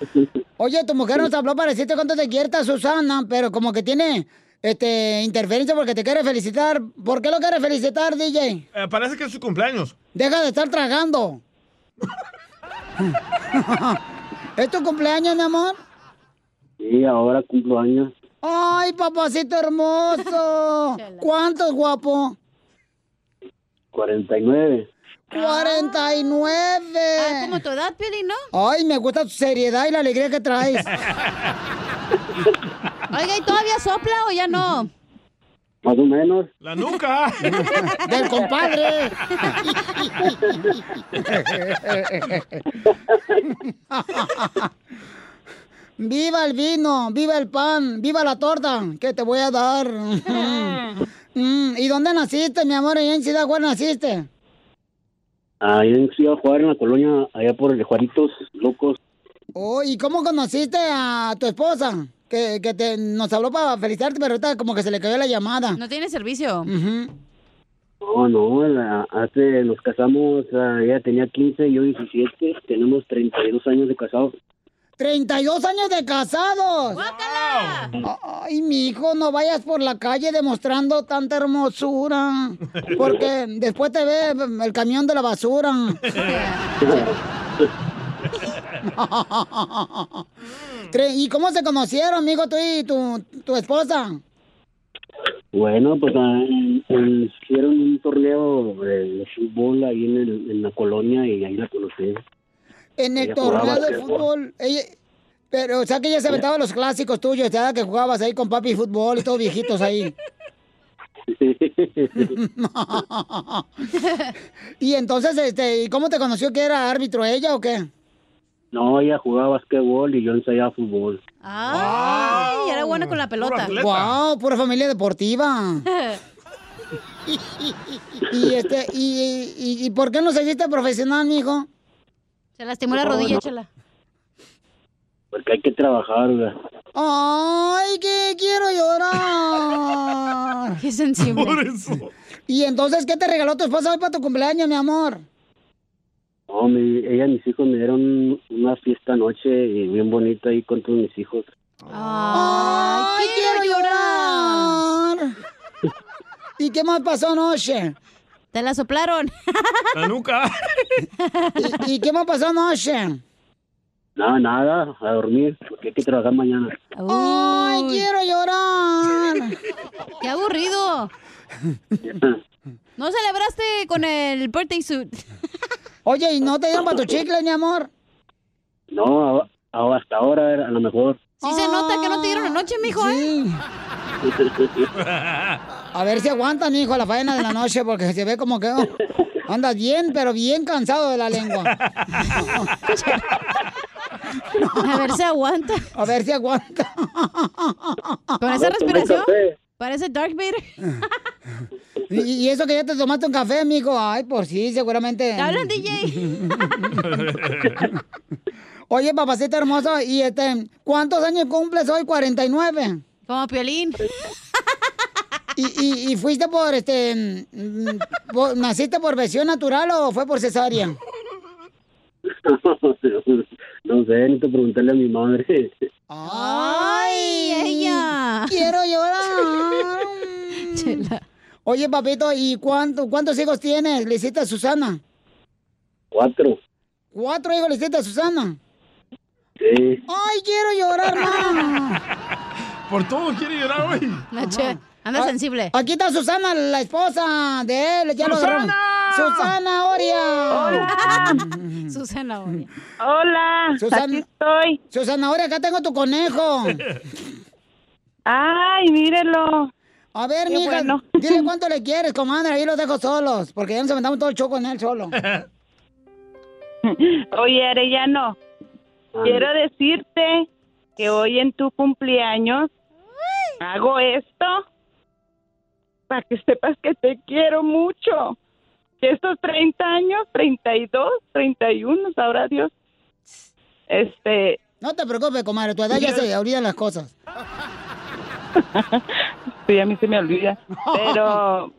Oye, tu mujer nos habló para decirte cuánto te quiere, está Susana, pero como que tiene este, interferencia porque te quiere felicitar. ¿Por qué lo quiere felicitar, DJ?
Eh, parece que es su cumpleaños.
Deja de estar tragando. ¿Es tu cumpleaños, mi amor?
Sí, ahora cumplo años.
¡Ay, papacito hermoso! ¿Cuántos, guapo?
49.
49. Ah,
como tu edad, Pili, ¿no?
Ay, me gusta tu seriedad y la alegría que traes.
Oiga, ¿y todavía sopla o ya no?
Más o menos.
La nuca.
Del compadre. Viva el vino, viva el pan, viva la torta que te voy a dar. Mm, ¿Y dónde naciste, mi amor? ¿Y en Ciudad Juárez naciste?
Ahí en Ciudad Juárez, en la colonia, allá por el Juaritos, locos.
Oh, ¿y cómo conociste a tu esposa? Que, que te, nos habló para felicitarte, pero ahorita como que se le cayó la llamada.
No tiene servicio.
No, no, la- hace, nos casamos, ah, ella tenía 15, yo 17, tenemos 32 años de casados.
32 años de casados. Ay, mi hijo, no vayas por la calle demostrando tanta hermosura. Porque después te ve el camión de la basura. Tre- ¿Y cómo se conocieron, amigo, tú y tu, tu esposa?
Bueno, pues ah, en- en- hicieron un torneo de, de fútbol ahí en, el- en la colonia y ahí la conocí.
En el
Ella
torneo
jugaba
de
básquetbol.
fútbol. Ella- pero, o sea, que ella se aventaba los clásicos tuyos, ya que jugabas ahí con papi fútbol y todos viejitos ahí. y entonces, este, ¿y cómo te conoció que era árbitro ella o qué?
no, ella jugaba basquetbol y yo ensayaba fútbol.
Ah.
Ay, era buena con la pelota.
Wow, pura familia deportiva. y este, y, y- y por qué no seguiste profesional, mijo?
Se lastimó la
No,
rodilla,
no.
chela.
Porque hay que trabajar, ¿verdad?
Ay, que quiero llorar.
Qué sensible.
Y entonces, ¿qué te regaló tu esposa hoy para tu cumpleaños, mi amor?
No, mi- ella y mis hijos me dieron una fiesta anoche y bien bonita ahí con todos mis hijos.
Ay, quiero, llorar. ¿Y qué más pasó anoche?
Te la soplaron.
La nuca.
¿Y, y qué más pasó anoche?
Nada, nada, a dormir, porque hay que trabajar mañana.
Ay, quiero llorar.
Qué aburrido. ¿No celebraste con el birthday suit?
Oye, ¿y no te dieron para tu chicle, mi amor?
No, a- a- hasta ahora era a lo mejor.
Sí se nota que no
Ah,
te dieron anoche, mijo,
¿eh? A ver si aguantan, hijo, la faena de la noche, porque se ve como que oh, andas bien, pero bien cansado de la lengua.
A ver si aguanta.
A ver si aguanta.
Con esa respiración. Parece Dark Vader.
Y, y eso que ya te tomaste un café, mijo. Ay, por sí, seguramente.
¿Te hablan, DJ?
Oye, papacito hermoso, y este, ¿cuántos años cumples hoy? 49.
Como Piolín.
¿Y, y, y fuiste por, este, mm, por- naciste por versión natural o fue por cesárea?
no sé, necesito preguntarle a mi madre.
¡Ay,
ella!
¡Quiero llorar! Oye, papito, ¿y cuánto, cuántos hijos tienes? ¿Le hiciste a Susana?
Cuatro.
¿Cuatro hijos le hiciste a Susana?
Sí.
¡Ay, quiero llorar, mamá!
Por todo quiere llorar hoy.
anda sensible.
Ah, Aquí está Susana, la esposa de él. Ya lo agarró.
¡Susana!
¡Susana Oria!
Susana Oria.
Hola,
aquí
estoy. Susana, ahora acá tengo tu conejo. Ay, mírelo. A ver,
Qué
mija,
bueno.
dile cuánto le quieres, comadre, ahí los dejo solos, porque ya nos aventamos todo el show con él solo.
Oye, Arellano, quiero decirte que hoy en tu cumpleaños hago esto para que sepas que te quiero mucho. Que estos 30 años, 32, 31, sabrá Dios. Este,
No te preocupes, comadre, tu edad ya se olvidan las cosas.
sí, a mí se me olvida, pero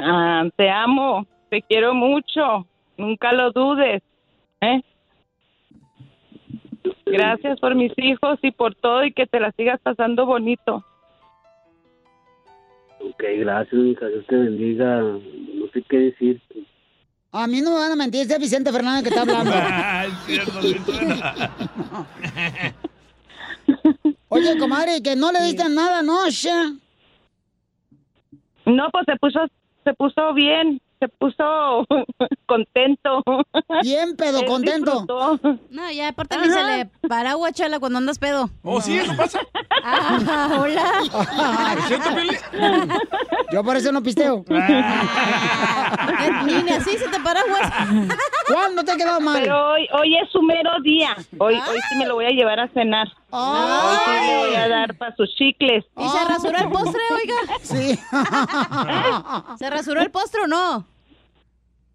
ah, te amo, te quiero mucho, nunca lo dudes. ¿eh? Gracias por mis hijos y por todo y que te la sigas pasando bonito.
Ok, gracias, mija. Dios te bendiga. No sé qué decir.
A mí no me van a mentir, es Vicente Fernández que está hablando. Oye, comadre, que no le diste nada anoche.
No, pues se puso, se puso bien, se puso contento.
Bien, pedo, contento.
No, ya aparte ni se le paraguas, chala, cuando andas pedo.
Oh, sí, eso pasa.
Ah, hola.
Yo por eso no pisteo.
Ah,
Ni así se te paraguas.
¿Cuándo te ha quedado mal? Ah.
Pero hoy, hoy es su mero día. Hoy, hoy sí me lo voy a llevar a cenar. Hoy sí le voy a dar para sus chicles.
¿Y se rasuró el postre, oiga?
Sí.
¿Se rasuró el postre o no?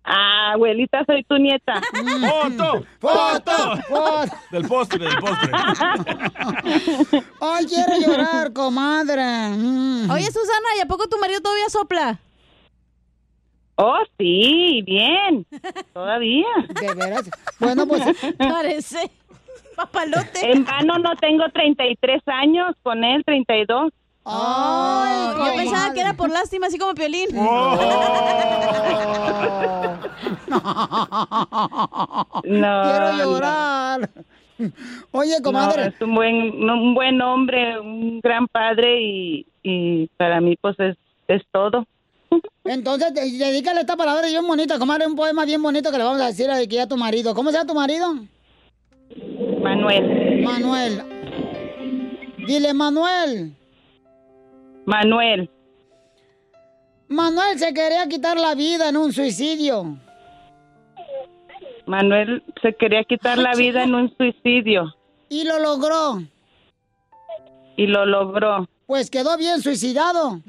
Ah, abuelita, soy tu nieta.
¡Foto! ¡Foto! Del postre, del postre.
Ay, quiero llorar, comadre. Mm.
Oye, Susana, ¿y a poco tu marido todavía sopla?
Oh, sí, bien. Todavía.
De veras. Bueno, pues.
Parece. Papalote.
En vano no tengo 33 años, con él 32.
Ay, yo pensaba que era por lástima, así como Piolín.
Oh.
Quiero llorar. Oye, comadre.
No, es un buen, un buen hombre, un gran padre y, y para mí pues es, es todo.
Entonces, de- dedícale esta palabra bien bonita, comadre, un poema bien bonito que le vamos a decir aquí a tu marido. ¿Cómo se llama tu marido?
Manuel.
Manuel. Dile, Manuel.
Manuel,
Manuel se quería quitar la vida en un suicidio.
Manuel se quería quitar la vida en un suicidio
Y lo logró.
y lo logró.
Pues quedó bien suicidado.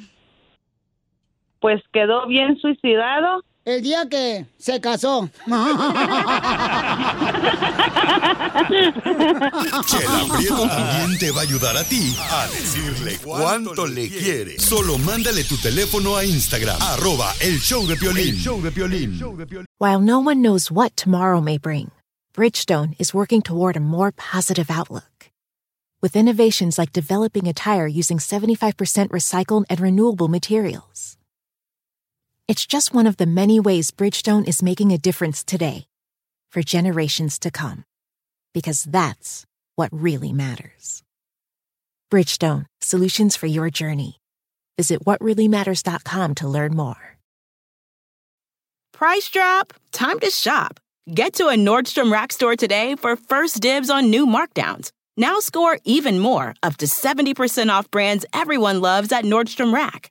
Pues quedó bien suicidado.
El día que se casó.
Chela Prieto también te va a ayudar a ti a decirle cuánto le quiere. Solo mándale tu teléfono a Instagram, arroba el show de Piolín. show de Piolín.
While no one knows what tomorrow may bring, Bridgestone is working toward a more positive outlook. With innovations like developing a tire using 75% recycled and renewable materials. It's just one of the many ways Bridgestone is making a difference today for generations to come. Because that's what really matters. Bridgestone, solutions for your journey. Visit whatreallymatters.com to learn more.
Price drop? Time to shop. Get to a Nordstrom Rack store today for first dibs on new markdowns. Now score even more, up to 70% off brands everyone loves at Nordstrom Rack.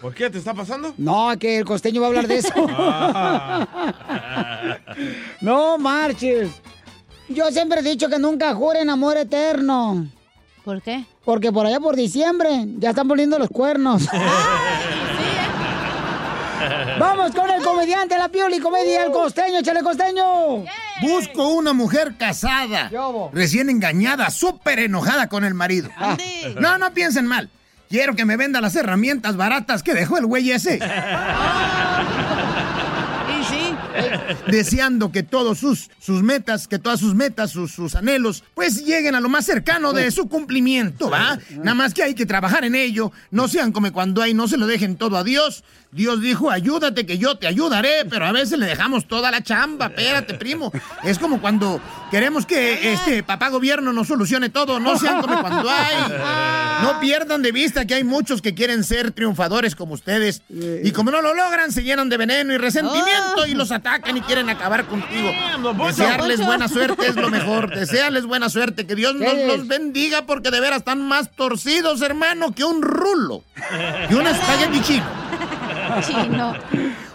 ¿Por qué? ¿Te está pasando?
No, que el costeño va a hablar de eso. no marches. Yo siempre he dicho que nunca juren amor eterno.
¿Por qué?
Porque por allá por diciembre ya están poniendo los cuernos. Vamos con el comediante, la pioli comedia, el costeño, chale costeño.
Busco una mujer casada, recién engañada, súper enojada con el marido. No, no piensen mal. Quiero que me venda las herramientas baratas que dejó el güey ese.
Y ¿eh? sí.
Deseando que todos sus, sus metas, que todas sus metas, sus, sus anhelos, pues lleguen a lo más cercano de su cumplimiento, ¿va? Nada más que hay que trabajar en ello. No sean como cuando hay, no se lo dejen todo a Dios. Dios dijo, ayúdate que yo te ayudaré, pero a veces le dejamos toda la chamba. Espérate, primo. Es como cuando queremos que este papá gobierno nos solucione todo. No sean como cuando hay. No pierdan de vista que hay muchos que quieren ser triunfadores como ustedes. Y como no lo logran, se llenan de veneno y resentimiento y los atacan y quieren acabar contigo. Desearles buena suerte es lo mejor. Desearles buena suerte. Que Dios nos los bendiga porque de veras están más torcidos, hermano, que un rulo. Y un espagueti chino.
Chino.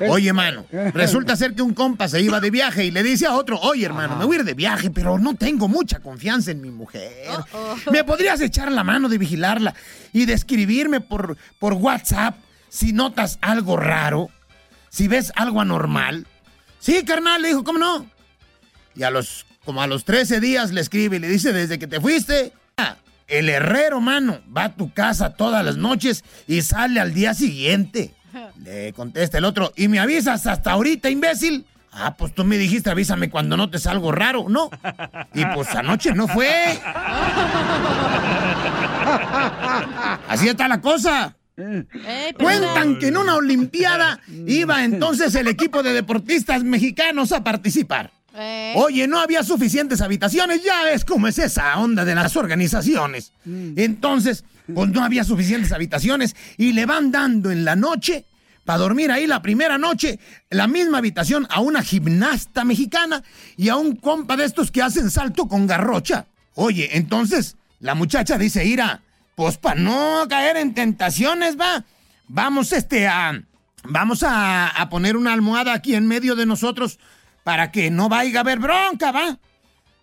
Oye, hermano, resulta ser que un compa se iba de viaje y le dice a otro, oye, hermano, me voy a ir de viaje, pero no tengo mucha confianza en mi mujer. ¿Me podrías echar la mano de vigilarla y describirme por, por WhatsApp si notas algo raro? si ves algo anormal. Sí, carnal, le dijo, ¿cómo no? Y a los, como a los 13 días le escribe y le dice, desde que te fuiste, ah, el herrero, mano, va a tu casa todas las noches y sale al día siguiente. Le contesta el otro, ¿y me avisas hasta ahorita, imbécil? Ah, pues tú me dijiste, avísame cuando notes algo raro, ¿no? Y pues anoche no fue. Así está la cosa.
Eh,
Cuentan que en una olimpiada iba entonces el equipo de deportistas mexicanos a participar.
Eh.
Oye, no había suficientes habitaciones, ya ves cómo es esa onda de las organizaciones.
Mm.
Entonces, pues no había suficientes habitaciones y le van dando en la noche para dormir ahí la primera noche, la misma habitación a una gimnasta mexicana y a un compa de estos que hacen salto con garrocha. Oye, entonces, la muchacha dice, ira, pues para no caer en tentaciones, va, vamos este a... Vamos a, a poner una almohada aquí en medio de nosotros para que no vaya a haber bronca, ¿va?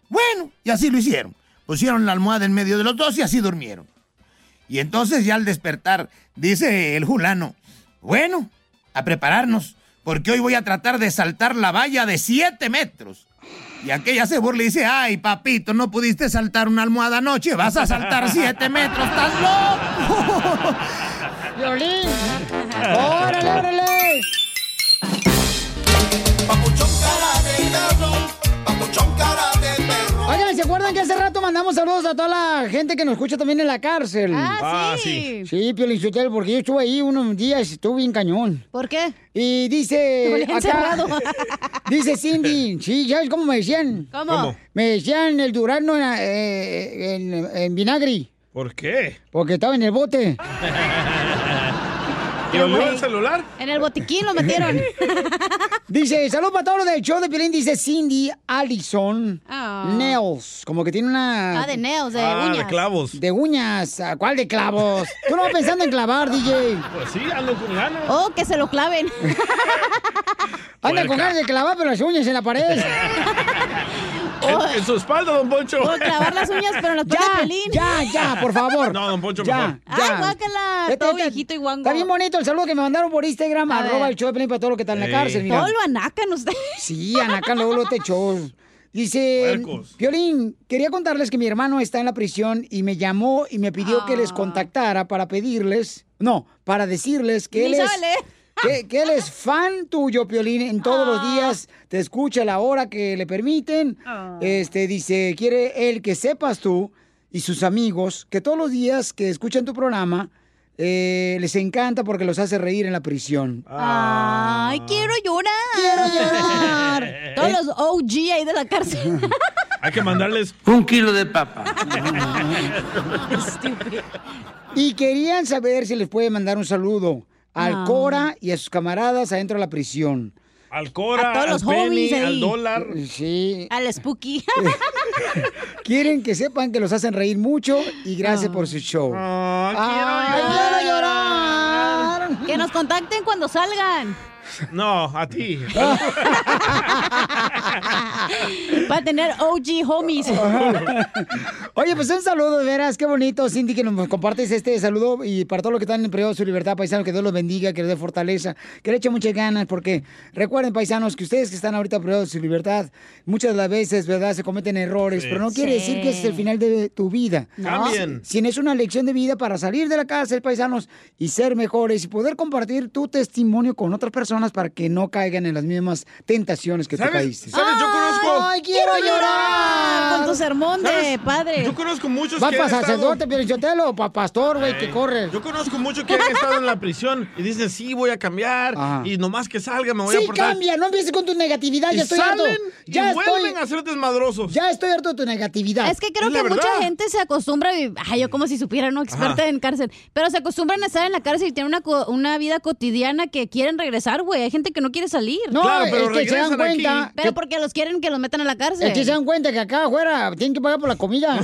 Bueno, y así lo hicieron. Pusieron la almohada en medio de los dos y así durmieron. Y entonces ya al despertar, dice el julano, bueno, a prepararnos, porque hoy voy a tratar de saltar la valla de 7 metros. Y aquella se burla y dice, ay, papito, no pudiste saltar una almohada anoche, vas a saltar 7 metros, estás loco.
¡Violín! ¡Órale, órale! Oigan, ¿se acuerdan que hace rato mandamos saludos a toda la gente que nos escucha también en la cárcel?
Ah, sí.
Sí, Piolín Sotelo, porque yo estuve ahí unos días, estuve bien cañón.
¿Por qué?
Y
Te
dice...
volví encerrado.
dice Cindy, sí, ¿sabes cómo me decían?
¿Cómo? ¿Cómo?
Me decían el durazno en, eh, en- en vinagre,
¿Por qué?
porque estaba en el bote.
¿Y olió el celular?
En el botiquín lo metieron.
Dice, salud para todos los del show de Piolín, dice Cindy Allison
Ah.
Nails. Como que tiene una...
Ah, de nails, de Ah, de uñas.
clavos.
De uñas. ¿A ¿Cuál de clavos? Tú no vas pensando en clavar, DJ.
Pues sí, ando con ganas.
Oh, que se lo claven.
Anda con ganas de clavar, pero las uñas en la pared.
En, en su espalda, don Poncho.
Por clavar las uñas, pero en las patas de Pelín. ya, ya, por favor.
No, don Poncho,
Ya,
mejor.
ya. Ay,
guácala,
todo viejito y guango. Está bien bonito el saludo que me mandaron por Instagram,
A
arroba
ver.
el show de Pelín para todo lo que está en la
Sí.
cárcel, mira.
Todo lo anacan ustedes.
Sí, Anacán, luego lo te echó. Dice,
Puercos.
Violín, quería contarles que mi hermano está en la prisión y me llamó y me pidió que
Ah.
les contactara para pedirles, no, para decirles que él
Ni
es...
sabe leer.
Que, que él es fan tuyo, Piolín, en todos
Ah.
los días, te escucha a la hora que le permiten.
Ah.
Este dice, quiere él que sepas tú y sus amigos que todos los días que escuchan tu programa eh, les encanta porque los hace reír en la prisión.
Ah.
Ay, quiero llorar. Quiero
llorar.
Todos los OG ahí de la cárcel.
Hay que mandarles
un kilo de papa.
Y querían saber si les puede mandar un saludo al
Ah.
Cora y a sus camaradas adentro de la prisión.
al Cora, al Penny, al dólar.
Sí.
Al Spooky.
Quieren que sepan que los hacen reír mucho y
Ah.
gracias por su show.
quiero llorar. Que nos contacten cuando salgan.
No, a ti.
Ah, Para tener OG homies.
Oye, pues un saludo, de veras, qué bonito, Cindy, que nos compartes este saludo y para todos los que están en periodo de su libertad, paisanos, que Dios los bendiga, que les dé fortaleza, que le echen muchas ganas, porque recuerden, paisanos, que ustedes que están ahorita en periodo de su libertad, muchas de las veces, ¿verdad?, se cometen errores,
Sí.
pero no quiere
Sí.
decir que ese es el final de tu vida.
No. Cambien.
Si- si es una lección de vida para salir de la cárcel, paisanos, y ser mejores y poder compartir tu testimonio con otras personas para que no caigan en las mismas tentaciones que tú
¿Sabes?
caíste.
¿Sabes? Yo conozco.
¡Ay, quiero llorar!
Con tu sermón de
¿Sabes?
padre.
Yo conozco muchos
Va
que
para
han estado-
sacerdote, Pielichotelo, o para pastor, güey, que
Ey,
corre.
Yo conozco muchos que han estado en la prisión y dicen, sí, voy a cambiar y nomás que salga me voy
Sí,
a portar.
cambia, no empieces con tu negatividad,
Y
ya estoy harto.
salen y
Ya
vuelven
estoy
a ser desmadrosos.
Ya estoy harto de tu negatividad.
Es que creo que mucha gente se acostumbra, a vi- ay, yo como si supiera, no experta
Ajá.
en cárcel, pero se acostumbran a estar en la cárcel y tienen una, co- una vida cotidiana que quieren regresar, güey. Hay gente que no quiere salir.
No, Claro, pero es que se regresan dan cuenta aquí.
Pero
que-
porque los quieren que los metan a la cárcel.
Es que se dan cuenta que acá afuera tienen que pagar por la comida.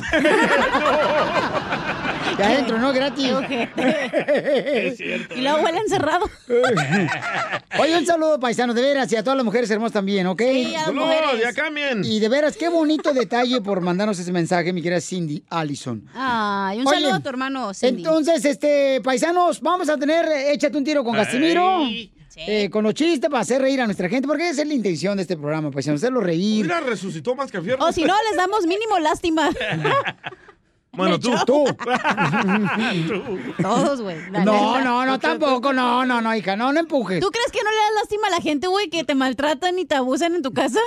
Y adentro, no gratis.
Qué ojete.
Es cierto.
Y luego huele encerrado.
Oye, un saludo, paisano, de veras, y a todas las mujeres hermosas también, ¿ok?
Sí, a las Saludos, mujeres. ya
cambien.
Y de veras, qué bonito detalle por mandarnos ese mensaje, mi querida Cindy Allison.
Ay, un
Oye,
saludo a tu hermano. Cindy.
Entonces, este, paisanos, vamos a tener, eh, échate un tiro con Casimiro.
Ay.
eh, con los chistes para hacer reír a nuestra gente, porque esa es la intención de este programa, pues, hacerlo reír.
Mira, resucitó más que fierro.
O si no, les damos mínimo lástima.
Bueno, tú.
Tú.
Todos, güey. la
No,
neta.
no, no, tampoco, no, no, no, hija, no, no empujes.
¿Tú crees que no le das lástima a la gente, güey, que te maltratan y te abusan en tu casa?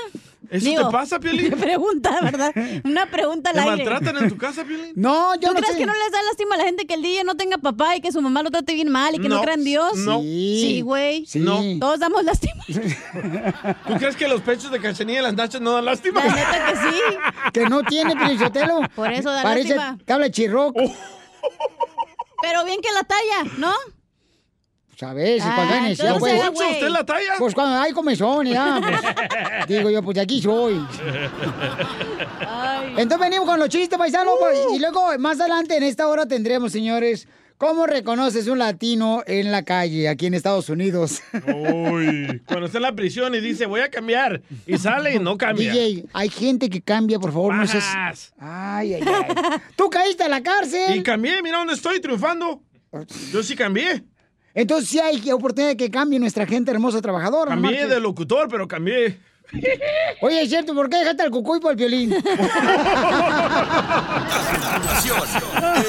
¿Eso te pasa, Piolín?
Pregunta, ¿verdad? Una pregunta al
¿Te
aire.
maltratan en tu casa, Piolín?
No, yo
¿Tú
no
crees
sé.
que no les da lástima a la gente que el DJ no tenga papá y que su mamá lo trate bien mal y que no,
No,
crean Dios?
no.
Sí, güey.
Sí. No.
Todos damos lástima.
¿Tú crees que los pechos de cachanilla y las nachas no dan lástima?
La neta que sí.
Que no tiene Pirichotelo.
Por eso da
Parece
lástima.
que habla chirroco.
Oh.
Pero bien que la talla, ¿no?
¿Sabes? Y
Ah,
cuando hay necesidad,
entonces,
pues.
güey. ¿Don Poncho, usted la talla?
Pues cuando hay comezones, ya, pues. Digo yo, pues de aquí soy. Entonces venimos con los chistes, paisanos. pues, y luego, más adelante, en esta hora tendremos, señores, cómo reconoces un latino en la calle aquí en Estados Unidos.
Uy, cuando está en la prisión y dice, voy a cambiar. Y sale y no cambia. Ah.
DJ, hay gente que cambia, por favor, no seas... Ay, ay, ay. Tú caíste a la cárcel.
Y cambié, mira dónde estoy triunfando. Yo sí cambié.
Entonces sí hay oportunidad de que cambie nuestra gente hermosa trabajadora. no
Cambié
marches.
de locutor, pero cambié.
Oye, es cierto, ¿por qué dejaste al cucuy por el violín?
Acción.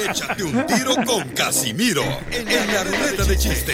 Échate un tiro con Casimiro en la ruleta de chiste.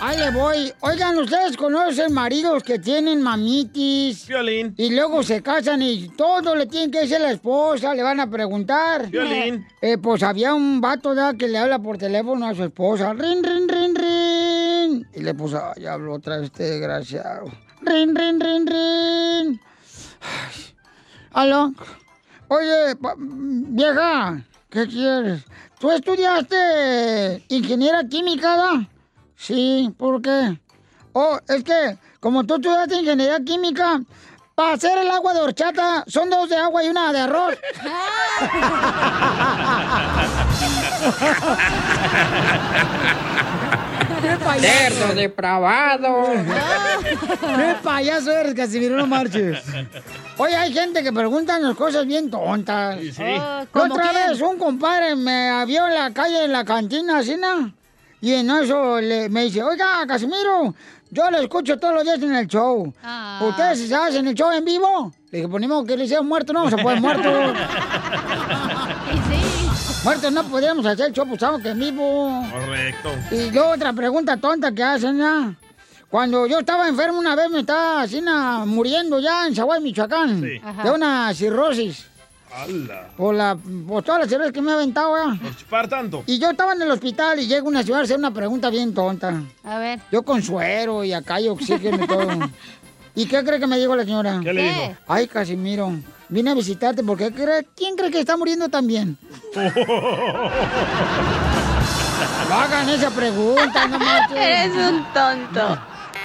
Ahí le voy. Oigan, ¿ustedes conocen maridos que tienen mamitis?
Violín.
Y luego se casan y todo le tienen que decir a la esposa, le van a preguntar.
Violín.
Eh, pues había un vato ya que le habla por teléfono a su esposa. Rin, rin, rin, rin. Y le puso, ay, habló otra vez este desgraciado. Rin, rin, rin, rin. Ay. Aló. Oye, pa- vieja, ¿qué quieres? ¿Tú estudiaste ingeniera química, da? Sí, ¿por qué? Oh, es que como tú estudiaste ingeniería química, para hacer el agua de horchata son dos de agua y una de arroz. ¡Qué
Cerdo
depravado! ¡Qué payaso eres, Casimiro, no marches! Oye, hay gente que pregunta las cosas bien tontas.
Sí, sí.
La
Ah, ¿cómo
otra
quién?
vez un compadre me vio en la calle, en la cantina, así, ¿no? Y en eso le- me dice, oiga, Casimiro, yo lo escucho todos los días en el show.
Ah.
¿Ustedes se hacen el show en vivo? Le dije, ponemos que le hicieron muerto, no, se puede muerto. Muertos no podíamos hacer el show, pues estamos que en vivo.
Correcto.
Y yo otra pregunta tonta que hacen ya. Cuando yo estaba enfermo una vez me estaba así na, muriendo ya en Zaguay, Michoacán.
Ajá.
De una cirrosis.
¡Hala!
Por, la, por todas las cirrosis que me he aventado ya.
Chupar tanto.
Y yo estaba en el hospital y llega una señora a hacer una pregunta bien tonta.
A ver.
Yo con suero y acá y oxígeno y todo. ¿Y qué cree que me dijo la señora?
¿Qué le ¿Qué? dijo?
Ay, Casimiro, vine a visitarte porque cree- ¿quién cree que está muriendo también? No hagan esa pregunta, no marchen.
Eres un
tonto.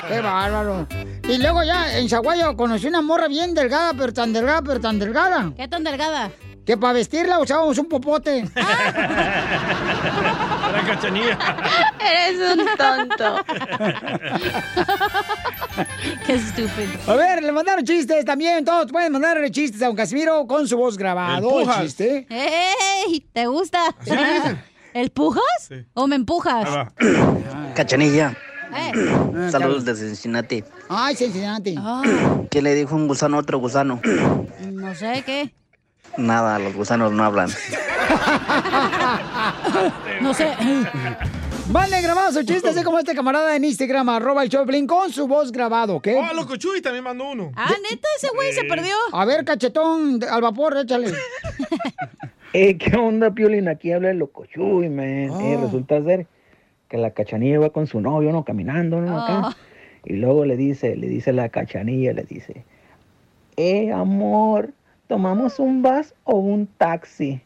Qué bárbaro. Y luego ya, en Zaguayo conocí una morra bien delgada, pero tan delgada, pero tan delgada.
¿Qué tan delgada?
Que para vestirla usábamos un popote.
Era cachanilla.
Eres un tonto.
Qué estúpido.
A ver, le mandaron chistes también. Todos pueden mandarle chistes a un Casimiro con su voz grabada. O
Empujas.
chiste.
¡Ey! ¿Te gusta? ¿El pujas? ¿O me
Ah,
empujas? Eh.
Cachanilla. Saludos
claro.
desde Cincinnati.
Ay, Cincinnati.
Ah.
¿Qué le dijo un gusano a otro gusano?
no sé ¿Eh, qué.
Nada, los gusanos no hablan.
No sé.
Manden grabados sus chistes, así como este camarada en Instagram, arroba el Choplin, con su voz grabado, ¿ok?
Oh,
Ah, loco Chuy también mandó uno.
Ah, neta, ese güey se perdió.
A ver, cachetón, de- al vapor, échale.
Eh, ¿Qué onda, Piolín? Aquí habla el locochuy, man. Eh,
Ah.
resulta ser que la cachanilla va con su novio, ¿no? Caminando, ¿no? Acá. Y luego le dice, le dice la cachanilla, le dice, eh, amor, ¿tomamos un bus o un taxi?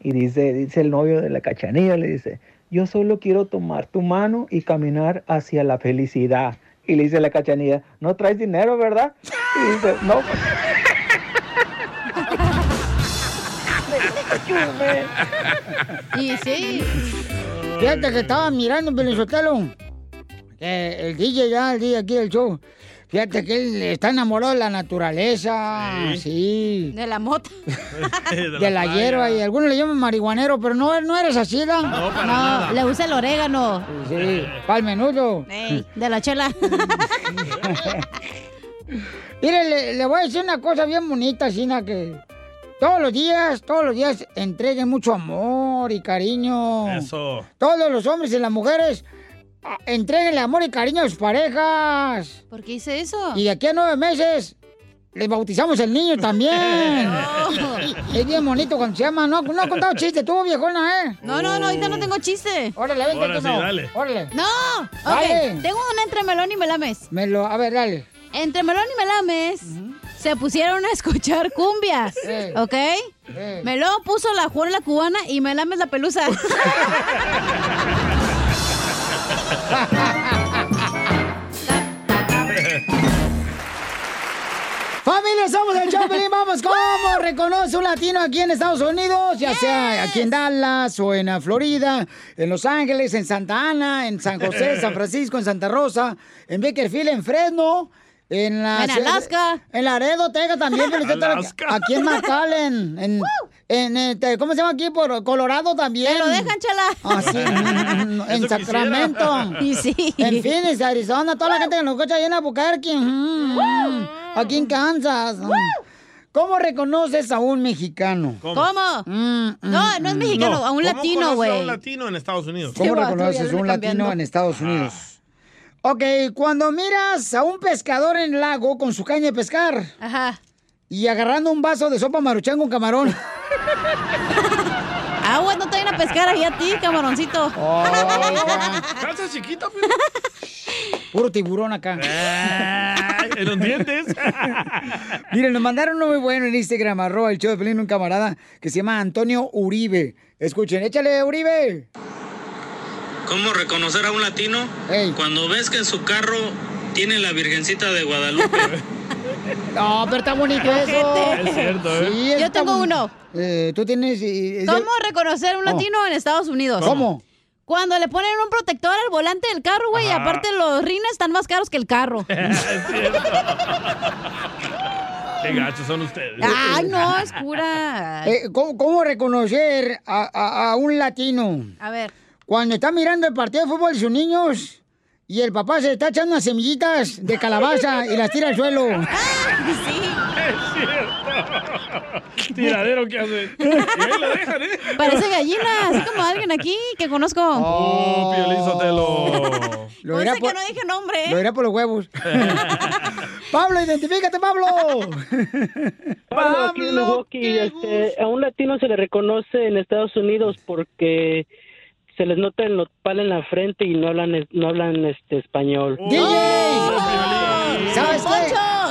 Y dice, dice el novio de la cachanilla, le dice, yo solo quiero tomar tu mano y caminar hacia la felicidad. Y le dice la cachanilla, no traes dinero, ¿verdad? Y dice, no.
Ayúdame.
Y sí. Fíjate que estaba mirando, Pelizotelo. Que el DJ ya, el DJ aquí del show. Fíjate que él está enamorado de la naturaleza. Sí.
De la mota.
De la, hierba. Y algunos le llaman marihuanero, pero no, no eres así, ¿no? No,
para nada. le
usa el orégano. Sí, para el menudo.
Ey, de la chela.
Mire, le, le voy a decir una cosa bien bonita, Sina, que todos los días, todos los días entreguen mucho amor y cariño.
Eso.
Todos los hombres y las mujeres ah, entreguenle amor y cariño a sus parejas.
¿Por qué hice eso?
Y de aquí a nueve meses les bautizamos el niño también.
Oh.
Es bien bonito cuando se llama. No, no ha contado chiste, tú, viejona, ¿eh?
No, no, no, ahorita no tengo chiste.
Órale, vente Ahora tú, sí, no. dale. Órale.
No, ok.
Dale.
Tengo una entre melón y melames.
Melo, a ver, dale.
Entre melón y melames se pusieron a escuchar cumbias,
Ey.
¿ok?
Ey.
Melón puso la juana cubana y melames la pelusa.
Familia, somos el Choplin. Vamos, ¿cómo reconoce un latino aquí en Estados Unidos? Ya sea aquí en Dallas o en la Florida, en Los Ángeles, en Santa Ana, en San José, San Francisco, en Santa Rosa, en Bakersfield, en Fresno. En, la
En
ciudad-
Alaska.
En Laredo, Texas también. Felicito a-
Alaska.
Aquí en McAllen. En, en, este, ¿Cómo se llama aquí? Por Colorado también.
Te lo dejan, chela.
Ah, sí. En
Eso quisiera.
Sacramento.
Y sí.
En Phoenix, Arizona. Toda la gente que nos escucha ahí en Albuquerque. mm, Aquí en Kansas. mm. ¿Cómo reconoces a un mexicano?
¿Cómo? ¿Cómo?
no, no es mexicano, a un
¿cómo
latino,
conoce a
güey.
un latino en Estados Unidos?
mm, ¿Cómo reconoces a un latino en Estados Unidos? Ok, cuando miras a un pescador en el lago con su caña de pescar. Y agarrando un vaso de sopa maruchan con camarón.
Agua, no te vayan a pescar ahí a ti, camaroncito.
Oh,
Calza chiquito,
Puro tiburón acá.
En los dientes.
Miren, nos mandaron uno muy bueno en Instagram, arroba el show de Pelín, un camarada que se llama Antonio Uribe. Escuchen, échale, Uribe.
¿Cómo reconocer a un latino? Cuando ves que en su carro tiene la Virgencita de Guadalupe.
No, pero está bonito eso.
Ojete. Es cierto, ¿eh?
Sí,
Yo
está
tengo
bu-
uno.
Eh, Tú tienes... eh, eh,
¿Cómo reconocer a un latino en Estados Unidos?
¿Cómo?
Cuando le ponen un protector al volante del carro, güey, y
Ajá.
aparte los rines están más caros que el carro.
Qué gachos son ustedes.
Ah,
Ay, no, es cura.
eh, ¿cómo, cómo reconocer a, a- a un latino?
A ver.
Cuando está mirando el partido de fútbol de sus niños y el papá se está echando unas semillitas de calabaza y las tira al suelo.
Es Tiradero que hace. Y ahí la dejan, ¿eh?
Parece gallina, así como alguien aquí que conozco.
Oh, Piolín Sotelo.
Lo irá por,
que no dije nombre. ¿eh?
lo irá por los huevos. Pablo, identifícate, Pablo.
Pablo, aquí en Milwaukee, este, a un latino se le reconoce en Estados Unidos porque se les nota el nopal en la frente y no hablan es- no hablan este español.
Oh. DJ. ¿Sabes qué?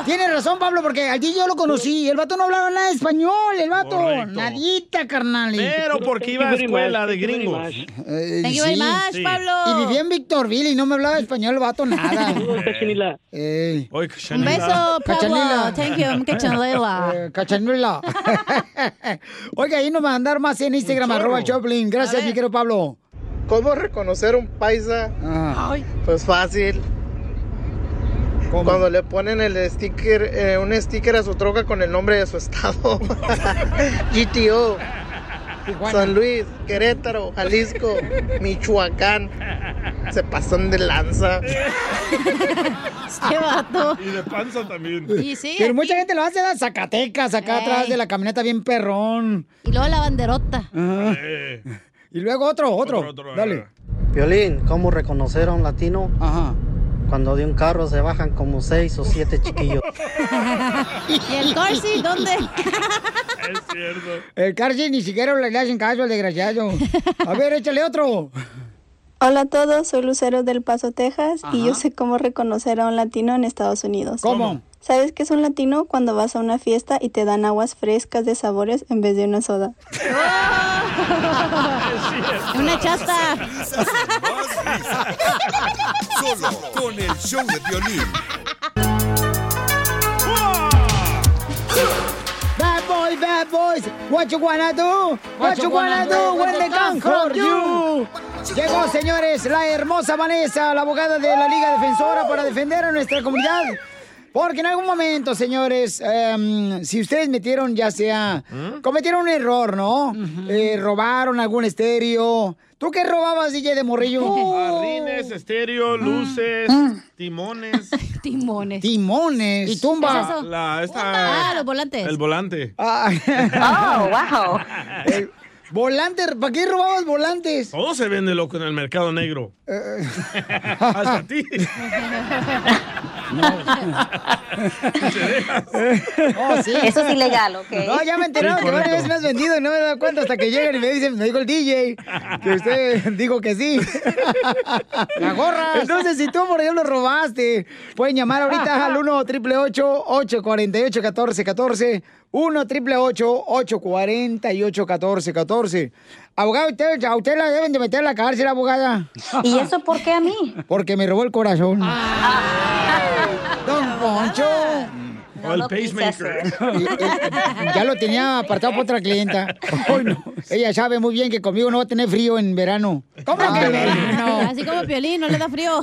Tienes razón, Pablo, porque allí yo lo conocí. El vato no hablaba nada de español. El vato, nadita, carnal.
Pero porque iba a escuela de gringos.
Eh,
Thank you very much,
Sí.
Pablo.
Y vivía en Victorville y no me hablaba español el vato nada.
Eh. Ey. Oye,
Un
Cachanila.
beso, Pablo.
Cachanila.
Thank you, Cachanila.
Eh, Cachanila. Oiga, ahí nos mandar más en Instagram, arroba el Choplin. Gracias, mi querido Pablo. Ah.
¿Cómo reconocer un paisa? Pues fácil. Cuando le ponen el sticker, eh, un sticker a su troca con el nombre de su estado. GTO. San Luis, Querétaro, Jalisco, Michoacán. Se pasan de lanza.
Este vato.
Y de panza también.
Pero mucha gente lo hace en Zacatecas, acá
Ey.
atrás de la camioneta, bien perrón.
Y luego la banderota.
Ajá.
Eh.
Y luego otro, otro. Dale.
Violín, ¿cómo reconocer a un latino? Cuando de un carro se bajan como seis o siete chiquillos.
¿Y el Corsi? ¿Dónde?
Es cierto.
El Carci ni siquiera le hacen caso al desgraciado. A ver, échale otro.
Hola a todos, soy Lucero del Paso, Texas, y yo
Ajá.
sé cómo reconocer a un latino en Estados Unidos.
¿Cómo?
¿Sabes qué es un latino? Cuando vas a una fiesta y te dan aguas frescas de sabores en vez de una soda.
Una chasta.
Solo con el show de violín.
Bad boy, bad Bad boys, what you wanna do? What you wanna do when they come for you? Llegó, señores, la hermosa Vanessa, la abogada de la Liga Defensora para defender a nuestra comunidad. Porque en algún momento, señores, em, si ustedes metieron, ya sea,
¿Mm?
cometieron un error, ¿no? Eh, robaron algún estéreo. ¿Tú qué robabas, DJ de Morrillo? Ah, Mm.
Barrines, estéreo, luces, timones.
Timones.
Timones. Y tumba.
¿Qué es eso?
La,
Ah,
esta,
los volantes.
el volante.
Ah. wow. Eh, volantes, ¿para qué robabas volantes? Eh,
Todo se vende loco en el mercado negro. Hasta a ti.
Oh, sí.
Eso es ilegal, ¿ok?
No, ya me he enterado que varias veces me has vendido y no me he dado cuenta hasta que llegan y me dicen, me dijo el DJ, que usted dijo que sí. La gorra. Entonces, si tú por ahí lo robaste, pueden llamar ahorita al 1 888 848 1414 1 888 848 1414 Abogado, usted, a usted la deben de meter a la cárcel, abogada.
¿Y eso por qué a mí?
Porque me robó el corazón. Don Poncho.
O el pacemaker.
eh, Ya lo tenía apartado por otra clienta. Ay, no. Ella sabe muy bien que conmigo no va a tener frío en verano. ¿Cómo que en verano?
Ah, Así como Piolín, no le da frío.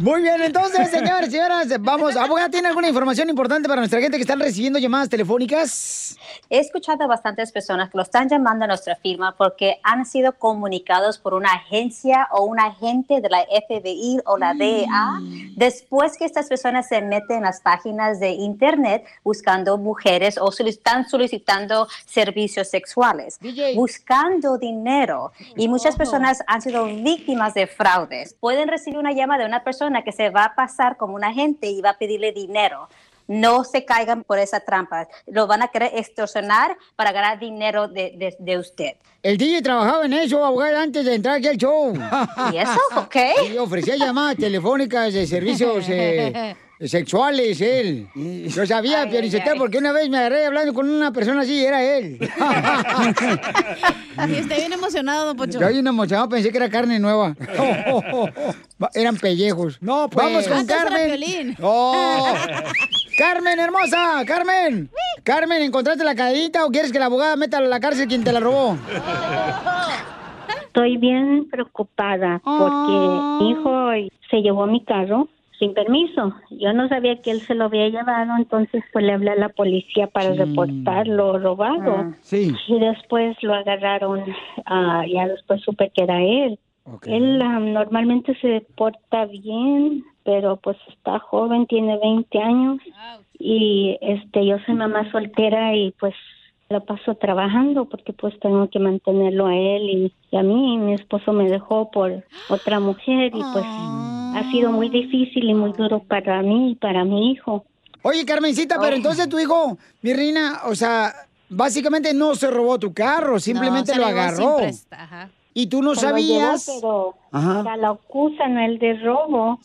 Muy bien, entonces, señores, señoras, vamos. Abogada, ¿tiene alguna información importante para nuestra gente que están recibiendo llamadas telefónicas?
He escuchado a bastantes personas que lo están llamando a nuestra firma porque han sido comunicados por una agencia o un agente de la FBI o la DEA. Después que estas personas se meten en las páginas de internet buscando mujeres o solic- están solicitando servicios sexuales, buscando dinero. Y muchas personas han sido víctimas de fraudes. Pueden recibir una llamada de una persona que se va a pasar como un agente y va a pedirle dinero no se caigan por esa trampa. Lo van a querer extorsionar para ganar dinero de, de- de usted.
El DJ trabajaba en eso, abogada, antes de entrar aquí al show.
¿Y eso? ¿Ok?
Y ofrecía llamadas telefónicas de servicios eh, sexuales, él. Yo sabía, Pioricetel, porque una vez me agarré hablando con una persona así, era él.
Y está bien emocionado, don Pocho.
Yo ahí emocionado pensé que era carne nueva. Va- Eran pellejos. No,
pues.
Vamos
Ah,
con
entonces era
Carmen.
Piolín.
Oh. Carmen, hermosa, Carmen. Carmen, ¿encontraste la cadenita o quieres que la abogada meta a la cárcel quien te la robó?
Estoy bien preocupada
Ah.
porque mi hijo se llevó mi carro sin permiso. Yo no sabía que él se lo había llevado, entonces pues le hablé a la policía para reportarlo robado.
Ah, sí.
Y después lo agarraron, ah, ya después supe que era él. Él ah, normalmente se porta bien, pero pues está joven, tiene 20 años y este yo soy mamá soltera y pues lo paso trabajando porque pues tengo que mantenerlo a él y, y a mí mi esposo me dejó por otra mujer y pues ha sido muy difícil y muy duro para mí y para mi hijo.
Oye, Carmencita,
Oh.
pero entonces tu hijo, mi reina, o sea, básicamente no se robó tu carro, simplemente
se
lo
lo llevó
agarró.
sin
Y tú no
Se lo llevó,
sabías.
pero
Ajá.
ya lo acusan a él de robo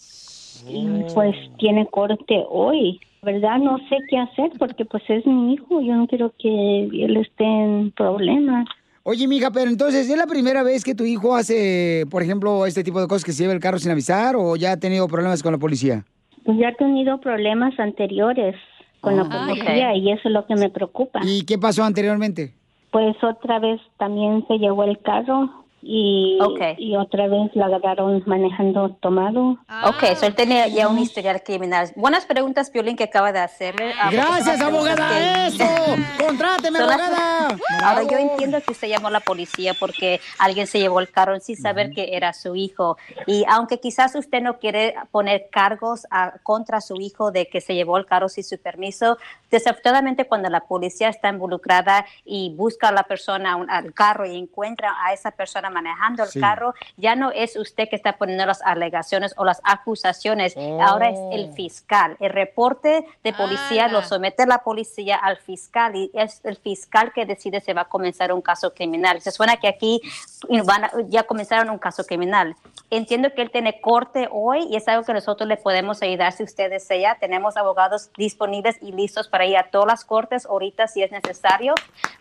y pues tiene corte hoy. La verdad no sé qué hacer porque pues es mi hijo, yo no quiero que él esté en problemas.
Oye, mija, pero entonces, ¿es la primera vez que tu hijo hace, por ejemplo, este tipo de cosas que se lleva el carro sin avisar o ya ha tenido problemas con la policía?
Pues ya he tenido problemas anteriores con la
Ah,
policía
ok.
y eso es lo que me preocupa.
¿Y qué pasó anteriormente?
Pues otra vez también se llevó el carro y, y otra vez lo agarraron manejando tomado.
Ah. Ok, so él tenía ya un historial criminal. Buenas preguntas, Piolín, que acaba de hacerle. Ah, porque
Gracias,
son las
abogada,
preguntas que-
eso. Contráteme,
Son las-
abogada.
Ahora,
Bravo.
yo entiendo que usted llamó a la policía porque alguien se llevó el carro sin saber que era su hijo. Y aunque quizás usted no quiere poner cargos ah, contra su hijo de que se llevó el carro sin su permiso, desafortunadamente cuando la policía está involucrada y busca a la persona, un- al carro y encuentra a esa persona manejando el
Sí.
carro, ya no es usted que está poniendo las alegaciones o las acusaciones, ahora es el fiscal. El reporte de policía lo somete la policía al fiscal y es el fiscal que decide si va a comenzar un caso criminal. Se suena que aquí van a- ya comenzaron un caso criminal. Entiendo que él tiene corte hoy y es algo que nosotros le podemos ayudar si usted desea. Tenemos abogados disponibles y listos para ir a todas las cortes ahorita si es necesario.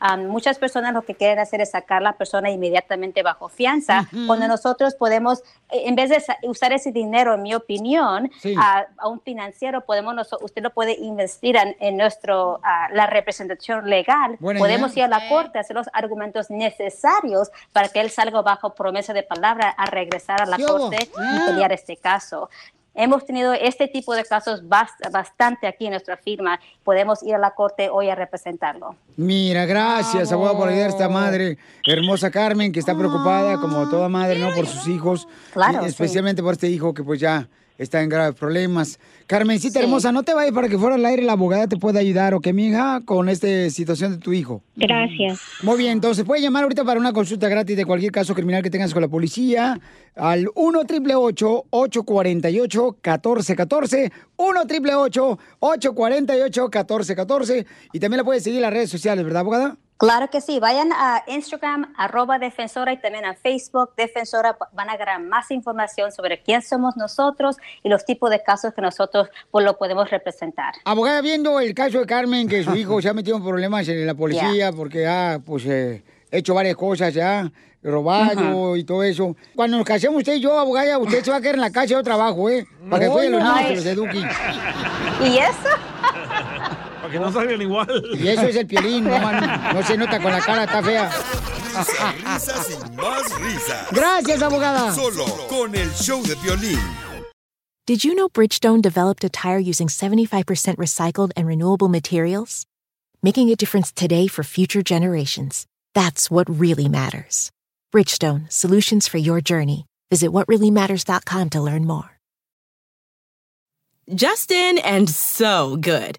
Um, muchas personas lo que quieren hacer es sacar a la persona inmediatamente bajo fianza,
Ujú.
cuando nosotros podemos, eh, en vez de sa- usar ese dinero, en mi opinión,
Sí.
a, a un financiero, podemos noso- usted lo puede investir en, en nuestro, ah, la representación legal.
Buena
podemos
idea.
ir a la corte, hacer los argumentos necesarios para que él salga bajo promesa de palabra a regresar a la
Sí, hubo.
corte
Ah.
y pelear este caso. Hemos tenido este tipo de casos bas- bastante aquí en nuestra firma. Podemos ir a la corte hoy a representarlo.
Mira, gracias,
Ah,
abogado, por ayudar a esta madre hermosa Carmen, que está preocupada, como toda madre, ¿no? Por sus hijos.
Ah. Claro,
Y
sí.
especialmente por este hijo que, pues, ya está en graves problemas. Carmencita
Sí.
hermosa, no te vayas para que fuera al aire la abogada te pueda ayudar, ¿ok, mija? Con esta situación de tu hijo.
Gracias.
Muy bien, entonces puedes llamar ahorita para una consulta gratis de cualquier caso criminal que tengas con la policía al 1 888 848 1414 1 888 848 1414 y también la puedes seguir en las redes sociales, ¿verdad, abogada?
Claro que sí, vayan a Instagram, arroba defensora y también a Facebook, defensora, van a agarrar más información sobre quién somos nosotros y los tipos de casos que nosotros pues, lo podemos representar.
Abogada, viendo el caso de Carmen, que su hijo se ha metido en problemas en la policía
Ya.
porque ha pues, eh, hecho varias cosas ya, robado y todo eso. Cuando nos casemos usted y yo, abogada, usted se va a quedar en la calle o trabajo, ¿eh? Para que
No,
después los
no.
niños se los eduquen.
¿Y eso?
Para que no salgan igual.
Y eso es el piolín, no, man. no se nota con la cara, está fea.
Risas, risas y más risas.
Gracias, abogada.
Solo con el show de violín.
Did you know Bridgestone developed a tire using 75% recycled and renewable materials? Making a difference today for future generations. That's what really matters. Bridgestone, solutions for your journey. Visit whatreallymatters.com to learn more.
Justin and so good.